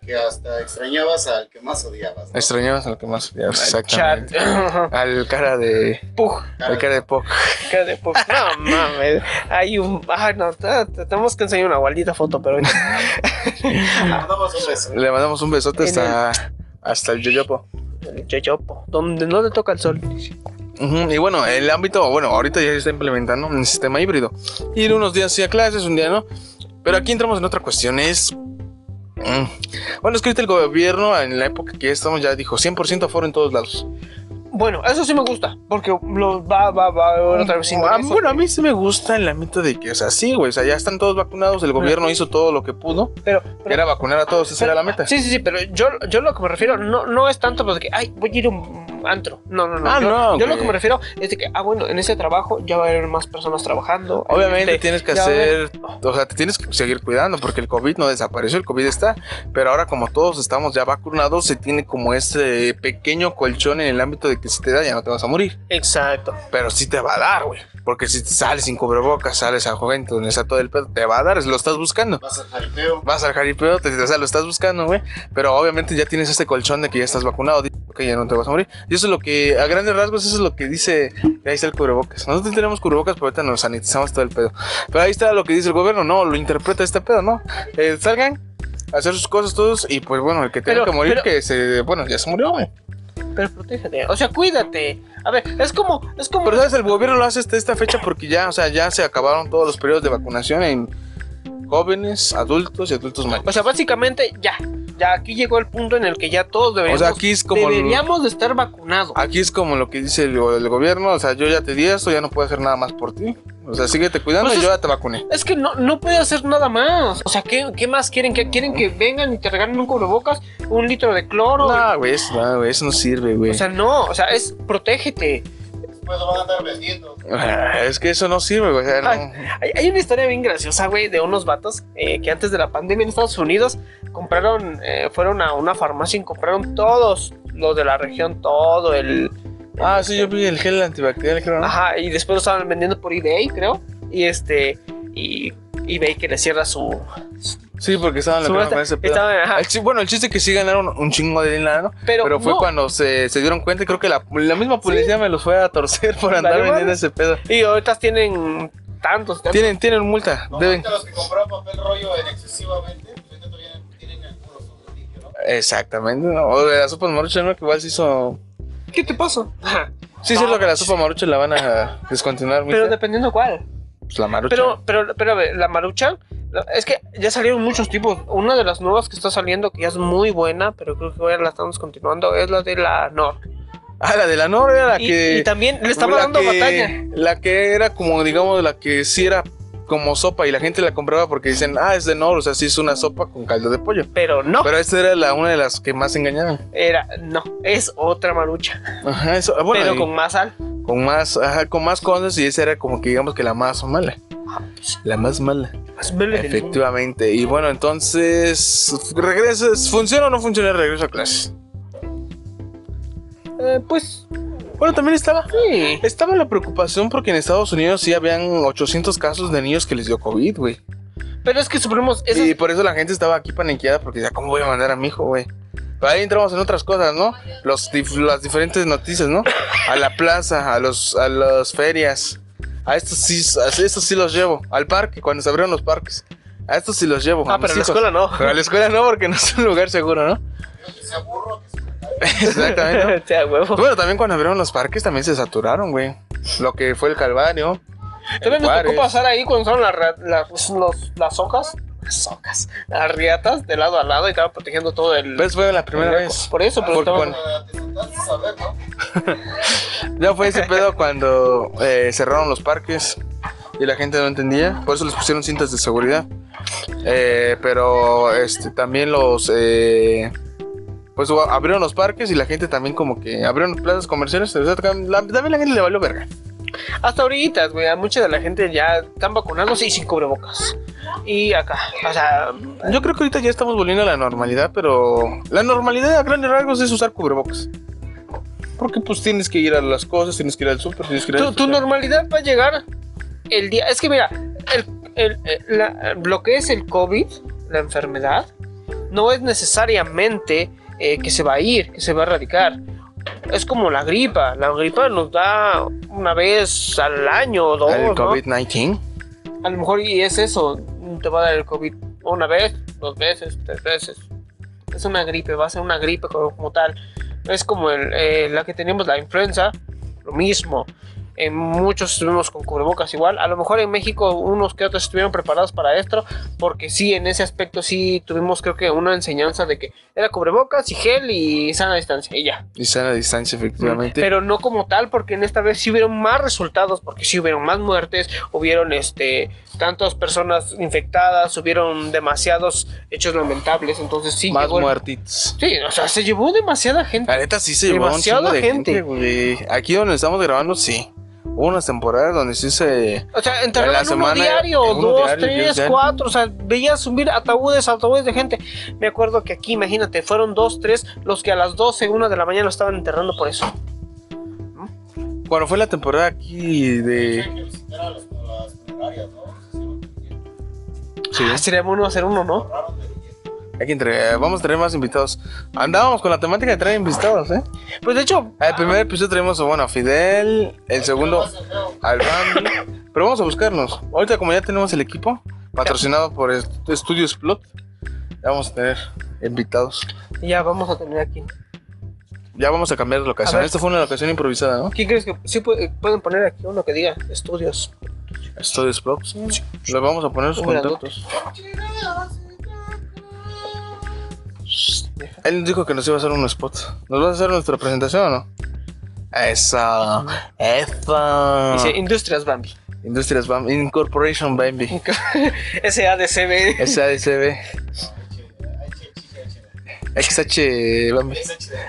[SPEAKER 7] Que hasta extrañabas al que más odiabas. ¿no?
[SPEAKER 5] Extrañabas a lo que más odiabas,
[SPEAKER 6] Chat.
[SPEAKER 5] Exactamente. Al cara de.
[SPEAKER 6] Puj,
[SPEAKER 5] Al cara de Poc.
[SPEAKER 6] cara de puj. No mames. Hay un. Ah, no, te- te- tenemos que enseñar una maldita foto, pero.
[SPEAKER 7] Te mandamos un beso.
[SPEAKER 5] Le mandamos un besote
[SPEAKER 6] En
[SPEAKER 5] hasta. Hasta el Yoyopo.
[SPEAKER 6] El Yoyopo, donde no te toca el sol.
[SPEAKER 5] Ujú, Y bueno, el ámbito, bueno, ahorita ya se está implementando un sistema híbrido. Ir unos días sí a clases, un día no. Pero aquí entramos en otra cuestión, es... mm, Bueno, es que ahorita el gobierno, en la época que estamos, ya dijo 100% aforo en todos lados.
[SPEAKER 6] Bueno, eso sí me gusta, porque lo va, va, va otra vez. sin
[SPEAKER 5] Ah,
[SPEAKER 6] eso.
[SPEAKER 5] bueno, a mí sí me gusta el ámbito de que, o sea, sí, güey, o sea, ya están todos vacunados, el gobierno hizo todo lo que pudo,
[SPEAKER 6] pero,
[SPEAKER 5] que
[SPEAKER 6] pero-
[SPEAKER 5] era vacunar a todos, esa era la meta.
[SPEAKER 6] Sí, sí, sí, pero yo, yo lo que me refiero no, no es tanto porque, ay, voy a ir a un antro. No, no, no.
[SPEAKER 5] Ah,
[SPEAKER 6] yo,
[SPEAKER 5] no,
[SPEAKER 6] yo
[SPEAKER 5] güey.
[SPEAKER 6] lo que me refiero es de que, ah, bueno, en ese trabajo ya va a haber más personas trabajando.
[SPEAKER 5] Obviamente
[SPEAKER 6] Este,
[SPEAKER 5] tienes que
[SPEAKER 6] ya va a haber-
[SPEAKER 5] hacer, o sea, te tienes que seguir cuidando porque el COVID no desapareció, el COVID está, pero ahora como todos estamos ya vacunados, se tiene como ese pequeño colchón en el ámbito de que si te da ya no te vas a morir,
[SPEAKER 6] Exacto.
[SPEAKER 5] pero sí te va a dar, güey, porque si sales sin cubrebocas, sales a juventud, donde está todo el pedo, te va a dar, lo estás buscando.
[SPEAKER 7] Vas al jaripeo.
[SPEAKER 5] Vas al jaripeo, te, o sea, lo estás buscando, güey. Pero obviamente ya tienes este colchón de que ya estás vacunado, que ya no te vas a morir. Y eso es lo que, a grandes rasgos, eso es lo que dice, ahí está el cubrebocas. Nosotros tenemos cubrebocas, pero ahorita nos sanitizamos todo el pedo. Pero ahí está lo que dice el gobierno, no, lo interpreta este pedo, ¿no? Eh, salgan a hacer sus cosas todos y pues bueno, el que tenga
[SPEAKER 6] Pero-
[SPEAKER 5] que morir,
[SPEAKER 6] pero-
[SPEAKER 5] que se, bueno, ya se murió, güey.
[SPEAKER 6] Pero protégete. O sea, cuídate. A ver, es como, es como.
[SPEAKER 5] Pero sabes, el gobierno lo hace hasta esta fecha porque ya, o sea, ya se acabaron todos los periodos de vacunación en jóvenes, adultos y adultos mayores.
[SPEAKER 6] o sea, básicamente ya. Ya aquí llegó el punto en el que ya
[SPEAKER 5] O
[SPEAKER 6] todos deberíamos,
[SPEAKER 5] sea, aquí es como... el-
[SPEAKER 6] deberíamos de estar vacunados.
[SPEAKER 5] Aquí es como lo que dice el, el gobierno, o sea, yo ya te di esto, ya no puedo hacer nada más por ti. O sea, síguete cuidando
[SPEAKER 6] Pues
[SPEAKER 5] y
[SPEAKER 6] es-
[SPEAKER 5] yo ya te vacuné.
[SPEAKER 6] Es que no, no puede hacer nada más. O sea, ¿qué, qué más quieren? ¿Que quieren que vengan y te regalen un cubrebocas, un litro de cloro?
[SPEAKER 5] No, güey, eso, no, güey, eso no sirve, güey.
[SPEAKER 6] O sea, no, o sea, es protégete.
[SPEAKER 7] Después pues, lo van a andar vendiendo.
[SPEAKER 5] Ah, es que eso no sirve, güey. o sea, no.
[SPEAKER 6] Ay. Hay, hay una historia bien graciosa, güey, de unos vatos eh, que antes de la pandemia en Estados Unidos compraron, eh, fueron a una farmacia y compraron todos los de la región, todo el.
[SPEAKER 5] Ah, sí, yo vi el gel antibacterial, creo. ¿no?
[SPEAKER 6] Ajá, y después lo estaban vendiendo por eBay, creo. Y este, y eBay que le cierra su.
[SPEAKER 5] Sí, porque estaban
[SPEAKER 6] su
[SPEAKER 5] locos con ese
[SPEAKER 6] esta-
[SPEAKER 5] pedo.
[SPEAKER 6] estaban, ajá,
[SPEAKER 5] El chi- bueno, el chiste es que sí ganaron un chingo de dinero,
[SPEAKER 6] pero,
[SPEAKER 5] pero, fue
[SPEAKER 6] no.
[SPEAKER 5] cuando se, se dieron cuenta y creo que la, la misma policía me los fue a torcer por andar
[SPEAKER 6] Vale,
[SPEAKER 5] vendiendo
[SPEAKER 6] vale.
[SPEAKER 5] ese pedo.
[SPEAKER 6] Y ahorita tienen tantos, tantos.
[SPEAKER 5] Tienen, tienen multa,
[SPEAKER 7] No,
[SPEAKER 5] deben.
[SPEAKER 7] ahorita los que compraron papel rollo en excesivamente, pues ahorita todavía tienen el puro sobre limpio, ¿no?
[SPEAKER 5] Exactamente, ¿no? O de la sopa de marucha, ¿no? Que igual se hizo
[SPEAKER 6] ¿Qué te pasó? Ajá,
[SPEAKER 5] Sí,
[SPEAKER 6] No,
[SPEAKER 5] sí, lo que la
[SPEAKER 6] sí.
[SPEAKER 5] sopa marucha la van a descontinuar.
[SPEAKER 6] pero
[SPEAKER 5] ¿viste?
[SPEAKER 6] dependiendo cuál.
[SPEAKER 5] Pues la marucha.
[SPEAKER 6] Pero, pero, pero a ver, la maruchan, la- es que ya salieron muchos tipos. Una de las nuevas que está saliendo, que ya es muy buena, pero creo que ahora la estamos continuando, es la de la Nor.
[SPEAKER 5] Ah, la de la Nor era la
[SPEAKER 6] Y,
[SPEAKER 5] que.
[SPEAKER 6] y también le estaba
[SPEAKER 5] la
[SPEAKER 6] dando
[SPEAKER 5] que-
[SPEAKER 6] batalla.
[SPEAKER 5] La que era como, digamos, la que sí era como sopa y la gente la compraba porque dicen, ah, es de Nor, o sea, sí es una sopa con caldo de pollo.
[SPEAKER 6] Pero no,
[SPEAKER 5] Pero esta era la, una de las que más engañaban.
[SPEAKER 6] era, no, es otra marucha,
[SPEAKER 5] Ajá, eso. ah, Bueno,
[SPEAKER 6] pero
[SPEAKER 5] y
[SPEAKER 6] con más sal.
[SPEAKER 5] con... más, ajá, con más cosas y esa era como que, digamos, que la más mala. La más mala.
[SPEAKER 6] Más verde del mundo.
[SPEAKER 5] Efectivamente. Y bueno, entonces, regresas, ¿funciona o no funciona el regreso a clases?
[SPEAKER 6] Eh, pues
[SPEAKER 5] Bueno, también estaba
[SPEAKER 6] sí.
[SPEAKER 5] Estaba la preocupación porque en Estados Unidos sí habían 800 casos de niños que les dio COVID, güey.
[SPEAKER 6] Pero es que suponemos, eso
[SPEAKER 5] Y por eso la gente estaba aquí paniqueada porque decía, ¿cómo voy a mandar a mi hijo, güey? Pero ahí entramos en otras cosas, ¿no? Los, dif- las diferentes noticias, ¿no? A la plaza, a los a las ferias. A estos sí, a estos sí los llevo. Al parque, cuando se abrieron los parques. A estos sí pues, los llevo. a
[SPEAKER 6] Ah,
[SPEAKER 5] mis
[SPEAKER 6] pero en la
[SPEAKER 5] hijos.
[SPEAKER 6] escuela no.
[SPEAKER 5] Pero a la escuela no, porque no es un lugar seguro, ¿no?
[SPEAKER 7] Creo que se aburro, que se
[SPEAKER 5] Exactamente. ¿no?
[SPEAKER 6] O sea, huevo.
[SPEAKER 5] Bueno, también cuando abrieron los parques también se saturaron, güey. Lo que fue el Calvario.
[SPEAKER 6] También nos
[SPEAKER 5] Juárez.
[SPEAKER 6] tocó pasar ahí cuando son las, ra- las, los- las hojas. Las hojas. Las riatas de lado a lado y estaban protegiendo todo el.
[SPEAKER 5] Pero fue la primera
[SPEAKER 6] el-
[SPEAKER 5] vez.
[SPEAKER 6] Por eso, pero
[SPEAKER 5] Porque
[SPEAKER 6] estaban-
[SPEAKER 5] cuando-
[SPEAKER 7] te sentaste a saber, ¿no?
[SPEAKER 5] Ya fue ese pedo cuando eh, cerraron los parques y la gente no entendía. Por eso les pusieron cintas de seguridad. Eh, pero este, también los. eh, pues o- abrieron los parques y la gente también como que abrieron plazas comerciales. o sea, la- También la gente le valió verga.
[SPEAKER 6] Hasta ahorita, güey, a mucha de la gente ya están vacunándose y sin cubrebocas. Y acá, o sea,
[SPEAKER 5] Yo creo que ahorita ya estamos volviendo a la normalidad, pero la normalidad a grandes rasgos es usar cubrebocas. Porque pues tienes que ir a las cosas, tienes que ir al súper, tienes que ir
[SPEAKER 6] tu,
[SPEAKER 5] al
[SPEAKER 6] tu normalidad va a llegar el día. Es que mira, el, el- el- la- lo que es el COVID, la enfermedad, no es necesariamente eh, que se va a ir, que se va a erradicar. Es como la gripa. La gripa nos da una vez al año o dos.
[SPEAKER 5] al
[SPEAKER 6] ¿no?
[SPEAKER 5] COVID-19.
[SPEAKER 6] A lo mejor y es eso, te va a dar el COVID una vez, dos veces, tres veces. Es una gripe, va a ser una gripe como, como tal. Es como el, eh, la que teníamos la influenza, lo mismo. En muchos estuvimos con cubrebocas igual. A lo mejor en México unos que otros estuvieron preparados para esto, porque sí, en ese aspecto sí tuvimos creo que una enseñanza de que era cubrebocas y gel y sana distancia y ya.
[SPEAKER 5] Y sana distancia, efectivamente.
[SPEAKER 6] Pero no como tal, porque en esta vez sí hubieron más resultados, porque sí hubieron más muertes, hubieron este tantas personas infectadas, hubieron demasiados hechos lamentables, entonces sí
[SPEAKER 5] más
[SPEAKER 6] llegó el-
[SPEAKER 5] muertitos.
[SPEAKER 6] Sí, o sea, se llevó demasiada gente.
[SPEAKER 5] La neta sí se llevó a un
[SPEAKER 6] Demasiada
[SPEAKER 5] chingo de
[SPEAKER 6] gente.
[SPEAKER 5] gente, güey. Aquí donde estamos grabando, sí. Hubo unas temporadas donde sí se.
[SPEAKER 6] O sea, enterraban
[SPEAKER 5] la
[SPEAKER 6] uno
[SPEAKER 5] semana,
[SPEAKER 6] diario,
[SPEAKER 5] uno
[SPEAKER 6] dos,
[SPEAKER 5] diario,
[SPEAKER 6] tres,
[SPEAKER 5] diario.
[SPEAKER 6] cuatro, o sea, veías subir ataúdes, ataúdes de gente. Me acuerdo que aquí, imagínate, fueron dos, tres, los que a las 12, una de la mañana lo estaban enterrando por eso.
[SPEAKER 5] Cuando fue la temporada aquí de.
[SPEAKER 7] que visitar a las, a las funerarias, ¿no? No sé si lo tenían.
[SPEAKER 5] Sí.
[SPEAKER 6] Ah, sería bueno hacer uno, ¿no?
[SPEAKER 7] Raro de billetes.
[SPEAKER 5] Hay que entre- Vamos a traer más invitados. Andábamos con la temática de traer invitados, ¿eh?
[SPEAKER 6] Pues de hecho,
[SPEAKER 5] El primer episodio traemos, bueno, a Fidel. El segundo, al Bambi. Pero vamos a buscarnos. Ahorita, como ya tenemos el equipo patrocinado por Est- Estudios Plot, ya vamos a tener invitados.
[SPEAKER 6] ya vamos a tener aquí.
[SPEAKER 5] Ya vamos a cambiar de
[SPEAKER 6] A
[SPEAKER 5] locación.
[SPEAKER 6] ver.
[SPEAKER 5] Esta fue una locación improvisada, ¿no?
[SPEAKER 6] ¿Quién crees que sí pu- pueden poner aquí uno que diga estudios?
[SPEAKER 5] Estudios Plot. Les vamos a poner sus
[SPEAKER 6] Un grandote.
[SPEAKER 5] contactos. Él nos dijo que nos iba a hacer un spot. ¿Nos vas a hacer nuestra presentación o no? Eso. Eso.
[SPEAKER 6] Dice Industrias Bambi.
[SPEAKER 5] Industrias Bam Incorporation Baby.
[SPEAKER 6] SADCB.
[SPEAKER 5] SADCB. XH Bambi.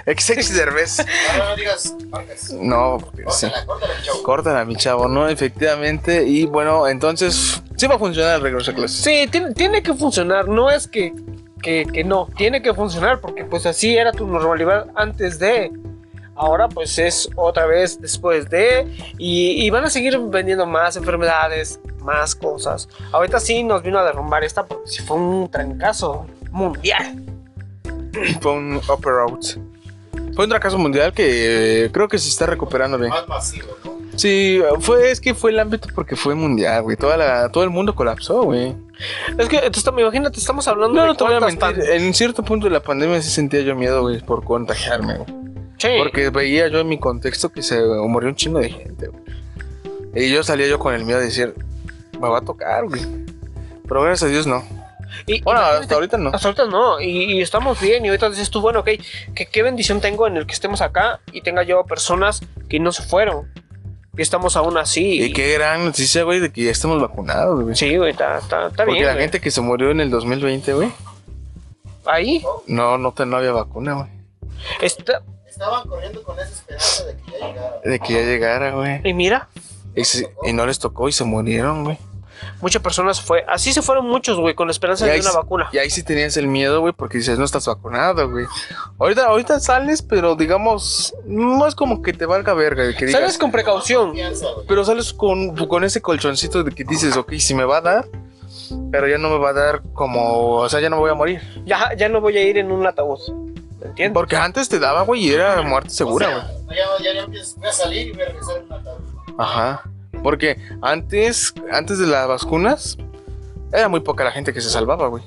[SPEAKER 5] XH Derbez.
[SPEAKER 7] No, no digas marcas.
[SPEAKER 5] No, porque sí.
[SPEAKER 7] Córtala, córtala, chavo.
[SPEAKER 5] Córtala, mi chavo, ¿no? Efectivamente. Y bueno, entonces. Sí va a funcionar el regreso a clases.
[SPEAKER 6] Sí, tiene, tiene que funcionar. No es que, que, que no. Tiene que funcionar porque pues así era tu normalidad antes de. Ahora pues es otra vez después de. Y, y van a seguir vendiendo más enfermedades, más cosas. Ahorita sí nos vino a derrumbar esta porque sí fue un trancazo mundial.
[SPEAKER 5] Fue un upper out. Fue un fracaso mundial que eh, creo que se está recuperando bien.
[SPEAKER 7] Más masivo, ¿no?
[SPEAKER 5] Sí, fue, es que fue el ámbito porque fue mundial, güey. Toda la, todo el mundo colapsó, güey.
[SPEAKER 6] Es que, entonces, imagínate, estamos hablando
[SPEAKER 5] No,
[SPEAKER 6] de
[SPEAKER 5] no te voy a
[SPEAKER 6] cuántas
[SPEAKER 5] mentir. En cierto punto de la pandemia sí sentía yo miedo, güey, por contagiarme, güey.
[SPEAKER 6] pan- Sí.
[SPEAKER 5] Porque veía yo en mi contexto que se murió un chingo de gente, güey. Y yo salía yo con el miedo de decir, me va a tocar, güey. Pero gracias a Dios no.
[SPEAKER 6] Y-
[SPEAKER 5] Bueno,
[SPEAKER 6] imagínate-
[SPEAKER 5] hasta ahorita no.
[SPEAKER 6] Hasta ahorita no, y, y estamos bien, y ahorita dices tú, bueno, ok, que, qué bendición tengo en el que estemos acá y tenga yo personas que no se fueron. Y estamos aún así.
[SPEAKER 5] Y qué gran noticia, güey, de que ya estamos vacunados, güey.
[SPEAKER 6] Sí, güey, está, está, está
[SPEAKER 5] Porque
[SPEAKER 6] bien.
[SPEAKER 5] la
[SPEAKER 6] güey.
[SPEAKER 5] gente que se murió en el 2020, güey,
[SPEAKER 6] Ahí
[SPEAKER 5] no, no, te- no había vacuna, güey.
[SPEAKER 6] está.
[SPEAKER 7] Estaban corriendo con esa esperanza de que ya llegara.
[SPEAKER 5] De que ya llegara, güey.
[SPEAKER 6] Y mira,
[SPEAKER 5] Y, se- y no les tocó y se murieron, güey.
[SPEAKER 6] muchas personas fue. Así se fueron muchos, güey, con la esperanza
[SPEAKER 5] Y
[SPEAKER 6] de
[SPEAKER 5] ahí
[SPEAKER 6] una
[SPEAKER 5] sí-
[SPEAKER 6] vacuna.
[SPEAKER 5] Y ahí sí tenías el miedo, güey, porque dices, no estás vacunado, güey. Ahorita, ahorita sales, pero digamos, no es como que te valga verga, güey, que digas-
[SPEAKER 6] Sales con precaución.
[SPEAKER 7] Confianza, güey.
[SPEAKER 5] pero sales con, con ese colchoncito de que dices, ok, si me va a dar, pero ya no me va a dar como, o sea, ya no voy a morir.
[SPEAKER 6] Ya, ya no voy a ir en un ataúd. ¿Me entiendes?
[SPEAKER 5] Porque antes te daba, güey, y era muerte segura,
[SPEAKER 7] O
[SPEAKER 5] güey.
[SPEAKER 7] sea, ya, ya, ya empiezas, voy a salir y voy a regresar en una tarde.
[SPEAKER 5] Ajá. Porque antes, antes de las vacunas, era muy poca la gente que se salvaba, güey.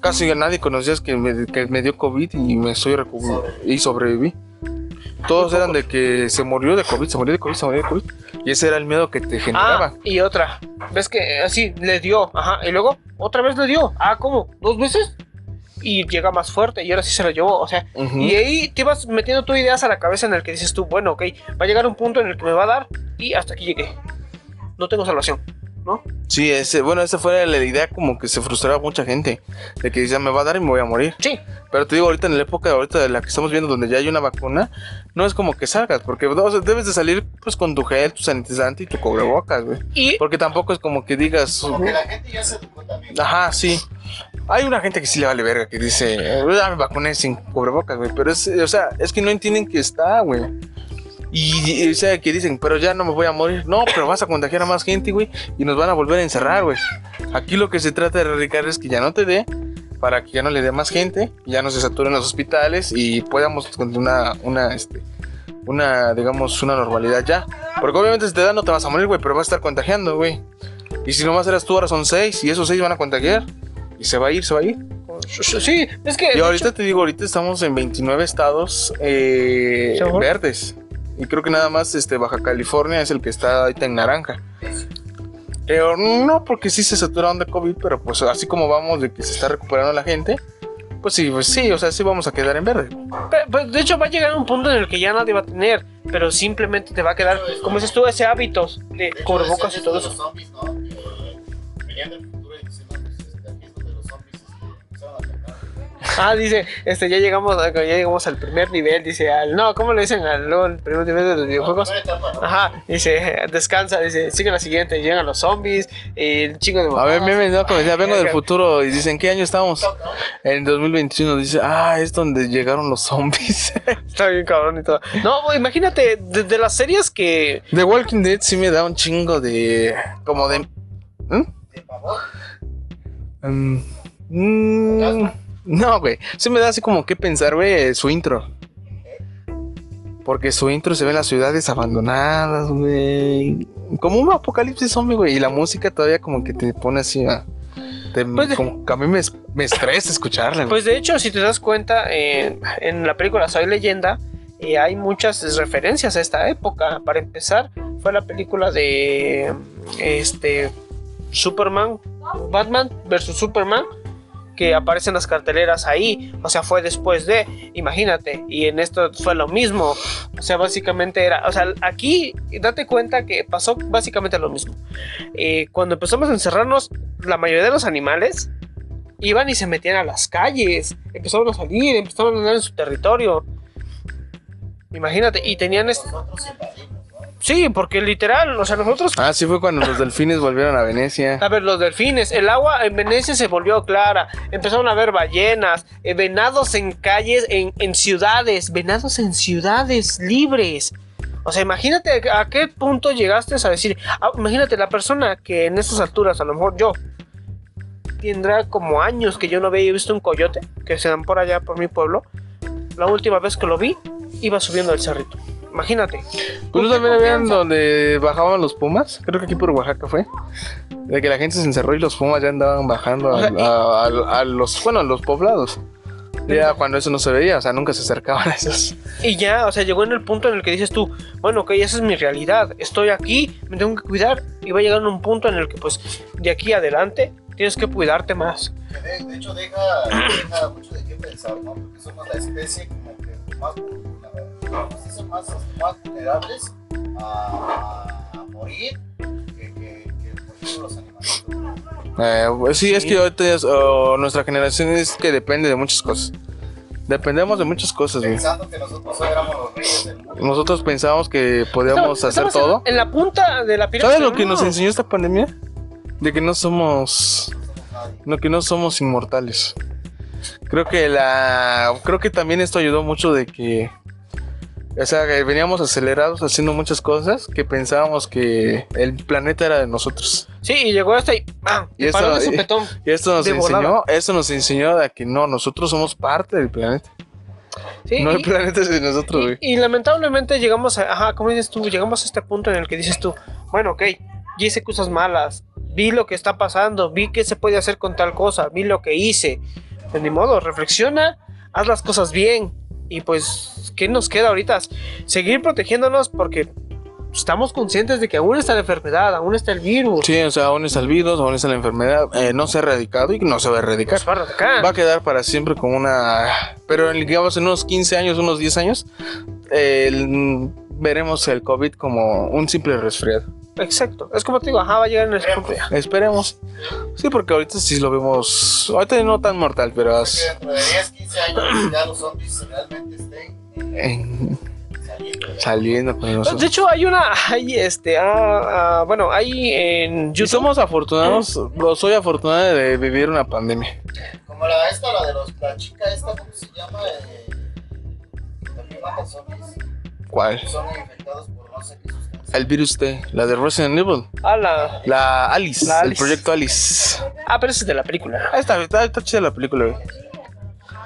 [SPEAKER 5] Casi a nadie conocías que me, que me dio COVID y me estoy recu- y sobreviví. Todos eran de que se murió de COVID, se murió de COVID, se murió de COVID. Y ese era el miedo que te
[SPEAKER 6] Ah,
[SPEAKER 5] generaba.
[SPEAKER 6] y otra. ¿Ves que eh, así le dio? Ajá. Y luego otra vez le dio. Ah, ¿cómo? ¿Dos veces? Y llega más fuerte y ahora sí se lo llevó. O sea,
[SPEAKER 5] Ujú.
[SPEAKER 6] y ahí te vas metiendo tu ideas a la cabeza en el que dices tú, bueno, ok, va a llegar un punto en el que me va a dar y hasta aquí llegué. No tengo salvación. ¿no?
[SPEAKER 5] Sí, ese, bueno, esa fue la idea como que se frustraba mucha gente. De que decía, me va a dar y me voy a morir.
[SPEAKER 6] Sí.
[SPEAKER 5] Pero te digo, ahorita en la época ahorita de la que estamos viendo, donde ya hay una vacuna, no es como que salgas, porque o sea, debes de salir pues con tu gel, tu sanitizante y tu cubrebocas, güey.
[SPEAKER 6] Y
[SPEAKER 5] Porque tampoco es como que digas...
[SPEAKER 7] Como que la gente ya se educó también.
[SPEAKER 5] Ajá, sí. Hay una gente que sí le vale verga, que dice, ah, me vacuné sin cubrebocas, güey. Pero es, o sea, es que no entienden que está, güey. Y, y, o sea, que dicen, pero ya no me voy a morir. No, pero vas a contagiar a más gente, güey. Y nos van a volver a encerrar, güey. Aquí lo que se trata de erradicar es que ya no te dé, para que ya no le dé más gente, ya no se saturen los hospitales y podamos continuar una, una, este, una, digamos, una normalidad ya. Porque obviamente si te da no te vas a morir, güey, pero vas a estar contagiando, güey. Y si nomás eras tú, ahora son seis, y esos seis van a contagiar. Y se va a ir, se va a ir.
[SPEAKER 6] sí, es que.
[SPEAKER 5] Y ahorita te digo, ahorita estamos en 29 estados eh,
[SPEAKER 6] ¿Seguro?
[SPEAKER 5] verdes. Y creo que nada más este, Baja California es el que está ahorita en naranja. Pero no, porque sí se saturaron de COVID, pero pues así como vamos de que se está recuperando la gente, pues sí, pues sí, o sea, sí vamos a quedar en verde.
[SPEAKER 6] Pe- pues, de hecho, va a llegar un punto en el que ya nadie va a tener, pero simplemente te va a quedar, como dices tú, ese hábito de
[SPEAKER 7] De hecho,
[SPEAKER 6] cubrebocas
[SPEAKER 7] decían
[SPEAKER 6] y todo
[SPEAKER 7] esto
[SPEAKER 6] eso.
[SPEAKER 7] de Los zombies, ¿no? Que eh, venían del futuro y dicen, no, pues este, aquí es donde los zombies este, empezaron a atacar.
[SPEAKER 6] Ah, dice, este, ya llegamos, a- ya llegamos al primer nivel, dice, al, no, ¿cómo le dicen al luego el primer nivel de los videojuegos?
[SPEAKER 7] Primera etapa, ¿no?
[SPEAKER 6] Ajá, dice, descansa, dice, sigue la siguiente, llegan los zombies, y el chico de
[SPEAKER 5] A ver, me me- no, como decía, vengo del
[SPEAKER 6] Ajá.
[SPEAKER 5] futuro y dicen, ¿qué año estamos? En 2021 dice, ah, es donde llegaron los zombies.
[SPEAKER 6] Está bien cabrón y todo. No, güey, imagínate, desde las series que...
[SPEAKER 5] The Walking Dead sí me da un chingo de. como de. ¿Mm?
[SPEAKER 6] Em,
[SPEAKER 5] Mm, mm, no, güey. Sí me da así como que pensar, güey, su intro. Porque su intro se ve en las ciudades abandonadas, güey. Como un apocalipsis zombie, güey. Y la música todavía como que te pone así a. te-
[SPEAKER 6] Pues de-
[SPEAKER 5] como que a mí me, es- me estresa escucharla, güey.
[SPEAKER 6] Pues de hecho, si te das cuenta, eh, en la película Soy Leyenda eh, hay muchas referencias a esta época. Para empezar, fue la película de este Superman, Batman versus Superman, que aparecen las carteleras ahí. O sea, fue después de, imagínate, y en esto fue lo mismo. O sea, básicamente era, o sea, aquí date cuenta que pasó básicamente lo mismo. Eh, cuando empezamos a encerrarnos, la mayoría de los animales iban y se metían a las calles, empezaban a salir, empezaban a andar en su territorio. Imagínate, y tenían este... Sí, porque literal, o sea, nosotros
[SPEAKER 5] Ah, sí fue cuando los delfines volvieron a Venecia.
[SPEAKER 6] a ver, los delfines. El agua en Venecia se volvió clara. Empezaron a ver ballenas, eh, venados en calles, en, en ciudades, venados en ciudades libres. O sea, imagínate a qué punto llegaste a decir, ah, imagínate la persona que en estas alturas, a lo mejor yo, tendrá como años que yo no había visto un coyote, que se dan por allá, por mi pueblo. La última vez que lo vi, iba subiendo el cerrito. Imagínate.
[SPEAKER 5] ¿Tú no
[SPEAKER 6] Con
[SPEAKER 5] también habían
[SPEAKER 6] confianza.
[SPEAKER 5] donde bajaban los pumas? Creo que aquí por Oaxaca fue. De que la gente se encerró y los pumas ya andaban bajando a, a- a- a los, bueno, a los poblados. Ya cuando eso no se veía, o sea, nunca se acercaban a esos.
[SPEAKER 6] Y ya, o sea, llegó en el punto en el que dices tú, bueno, ok, esa es mi realidad, estoy aquí, me tengo que cuidar. Y va a llegar un punto en el que, pues, de aquí adelante tienes que cuidarte más.
[SPEAKER 7] Que de, de hecho deja, deja mucho de qué pensar, ¿no? Porque somos la especie como que más, vulnerable- pues eso, más, más vulnerables a, a morir que, que, que por ejemplo los animales.
[SPEAKER 5] Eh, pues sí, es que ahorita ya es- o nuestra generación es que depende de muchas cosas. Dependemos de muchas cosas, güey.
[SPEAKER 7] Pensando que nosotros éramos los reyes del mundo.
[SPEAKER 5] Nosotros pensábamos que podíamos hacer
[SPEAKER 6] Estamos en-
[SPEAKER 5] todo.
[SPEAKER 6] En, la punta de la pirámide.
[SPEAKER 5] ¿Sabes lo que
[SPEAKER 6] no.
[SPEAKER 5] nos enseñó esta pandemia? De que no somos. No, que no somos inmortales. Creo que la. Creo que también esto ayudó mucho de que. O sea, que veníamos acelerados haciendo muchas cosas que pensábamos que el planeta era de nosotros.
[SPEAKER 6] Sí, y llegó hasta ahí, ¡pam!
[SPEAKER 5] Y
[SPEAKER 6] paró
[SPEAKER 5] eso-
[SPEAKER 6] de sopetón.
[SPEAKER 5] Y esto nos
[SPEAKER 6] De volada.
[SPEAKER 5] enseñó, esto nos enseñó a que no, nosotros somos parte del planeta.
[SPEAKER 6] Sí,
[SPEAKER 5] no
[SPEAKER 6] y-
[SPEAKER 5] el planeta es de nosotros, güey.
[SPEAKER 6] Y, y lamentablemente llegamos a, ajá, como dices tú, llegamos a este punto en el que dices tú, bueno, ok, ya hice cosas malas, vi lo que está pasando, vi qué se puede hacer con tal cosa, vi lo que hice. Pues ni modo, reflexiona, haz las cosas bien. Y pues, ¿qué nos queda ahorita? Seguir protegiéndonos porque estamos conscientes de que aún está la enfermedad, aún está el virus.
[SPEAKER 5] Sí, o sea, aún está el virus, aún está la enfermedad, eh, no se ha erradicado y no se va a erradicar.
[SPEAKER 6] Nos va a atacar.
[SPEAKER 5] va a quedar para siempre como una. Pero en, digamos, en unos 15 años, unos 10 años, el- veremos el COVID como un simple resfriado.
[SPEAKER 6] Exacto. Es como te digo, ajá, va a llegar en
[SPEAKER 5] Eh,
[SPEAKER 6] el punto.
[SPEAKER 5] Esperemos. Sí, porque ahorita sí lo vemos. Ahorita no tan mortal, pero.
[SPEAKER 7] que
[SPEAKER 5] as-
[SPEAKER 7] dentro de 10, 15 años ya los zombies realmente estén
[SPEAKER 5] en-
[SPEAKER 7] saliendo. ¿verdad?
[SPEAKER 5] saliendo con nosotros.
[SPEAKER 6] De hecho, hay una. Hay este. ah, ah, bueno, hay en
[SPEAKER 5] Y
[SPEAKER 6] YouTube.
[SPEAKER 5] somos afortunados, bro, soy afortunada de vivir una pandemia.
[SPEAKER 7] Como la esta, la de los, la chica esta, ¿cómo se llama? Eh, la que mata zombies.
[SPEAKER 5] ¿Cuál?
[SPEAKER 7] Son infectados por no sé qué sustancia.
[SPEAKER 5] El virus T, la de Resident Evil,
[SPEAKER 6] Ah, la-
[SPEAKER 5] la Alice,
[SPEAKER 6] La
[SPEAKER 5] el
[SPEAKER 6] Alice.
[SPEAKER 5] proyecto Alice.
[SPEAKER 6] ah, pero esa es de la película.
[SPEAKER 5] Ah, está, está, está chida la película, güey.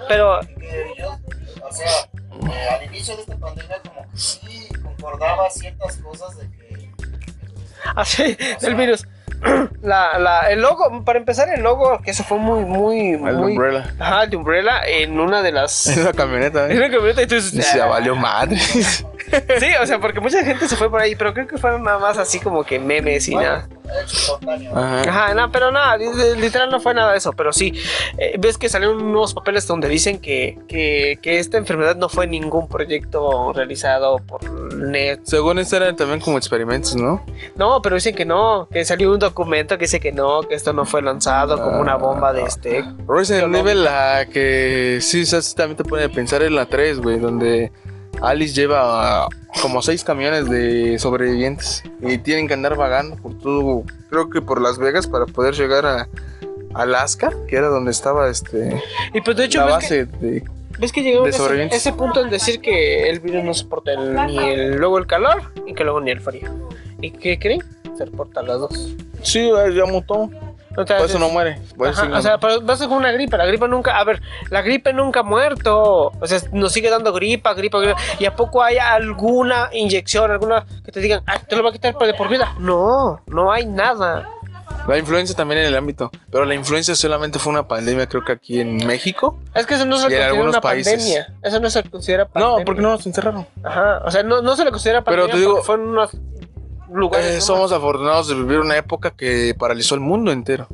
[SPEAKER 6] Pero
[SPEAKER 7] Que yo, o sea, eh, al inicio de esta pandemia como que sí concordaba ciertas cosas de que
[SPEAKER 6] así, del virus. La, la, el logo, para empezar, el logo, que eso fue muy, muy,
[SPEAKER 5] El
[SPEAKER 6] muy.
[SPEAKER 5] Umbrella.
[SPEAKER 6] Ajá, el de Umbrella en una de las.
[SPEAKER 5] En la camioneta,
[SPEAKER 6] en
[SPEAKER 5] ¿eh?
[SPEAKER 6] una camioneta y tú dices,
[SPEAKER 5] Y Se
[SPEAKER 6] "Ah".
[SPEAKER 5] valió madre.
[SPEAKER 6] Sí, o sea, porque mucha gente se fue por ahí, pero creo que fueron nada más así como que memes y nada.
[SPEAKER 7] es espontáneo.
[SPEAKER 5] Ajá.
[SPEAKER 6] Ajá, no, pero nada, li- li- literal no fue nada de eso, pero sí, eh, ves que salieron unos papeles donde dicen que, que, que esta enfermedad no fue ningún proyecto realizado por NET.
[SPEAKER 5] Según esto eran también como experimentos, ¿no?
[SPEAKER 6] No, pero dicen que no, que salió un documento que dice que no, que esto no fue lanzado como una bomba de este.
[SPEAKER 5] Resident
[SPEAKER 6] Yo no.
[SPEAKER 5] Evil, la que sí, o sea, sí también te pone a pensar en la 3, güey, donde Alice lleva ah, como 6 camiones de sobrevivientes y tienen que andar vagando por todo, creo que por Las Vegas para poder llegar a Alaska, que era donde estaba este,
[SPEAKER 6] Y pues de hecho,
[SPEAKER 5] la
[SPEAKER 6] ves
[SPEAKER 5] base
[SPEAKER 6] que,
[SPEAKER 5] de...
[SPEAKER 6] ves que llegaron
[SPEAKER 5] de
[SPEAKER 6] a ese,
[SPEAKER 5] sobrevivientes.
[SPEAKER 6] ese punto en decir que el virus no soporta el- ni el, luego el calor y que luego ni el frío. ¿Y qué creen? Se reportan las dos.
[SPEAKER 5] Sí, güey, ya mutó, por
[SPEAKER 6] Entonces,
[SPEAKER 5] Pues eso no muere. por eso
[SPEAKER 6] Ajá,
[SPEAKER 5] sí
[SPEAKER 6] o sea, pero pasa con una gripa. La gripa nunca. A ver, la gripe nunca ha muerto. O sea, nos sigue dando gripa, gripa, gripa. ¿Y a poco hay alguna inyección, alguna que te digan, ah, te lo va a quitar de por vida? No, no hay nada.
[SPEAKER 5] La influencia también en el ámbito, pero la influencia solamente fue una pandemia, creo que aquí en México.
[SPEAKER 6] Es que eso no
[SPEAKER 5] Y
[SPEAKER 6] se
[SPEAKER 5] en
[SPEAKER 6] le considera
[SPEAKER 5] algunos
[SPEAKER 6] una
[SPEAKER 5] países.
[SPEAKER 6] pandemia. Eso no se le considera pandemia.
[SPEAKER 5] No, porque no nos encerraron.
[SPEAKER 6] Ajá, o sea, no, no se le considera
[SPEAKER 5] Pero
[SPEAKER 6] pandemia.
[SPEAKER 5] te digo-
[SPEAKER 6] porque Fue en unos lugares.
[SPEAKER 5] Eh,
[SPEAKER 6] ¿no?
[SPEAKER 5] somos afortunados de vivir una época que paralizó el mundo entero.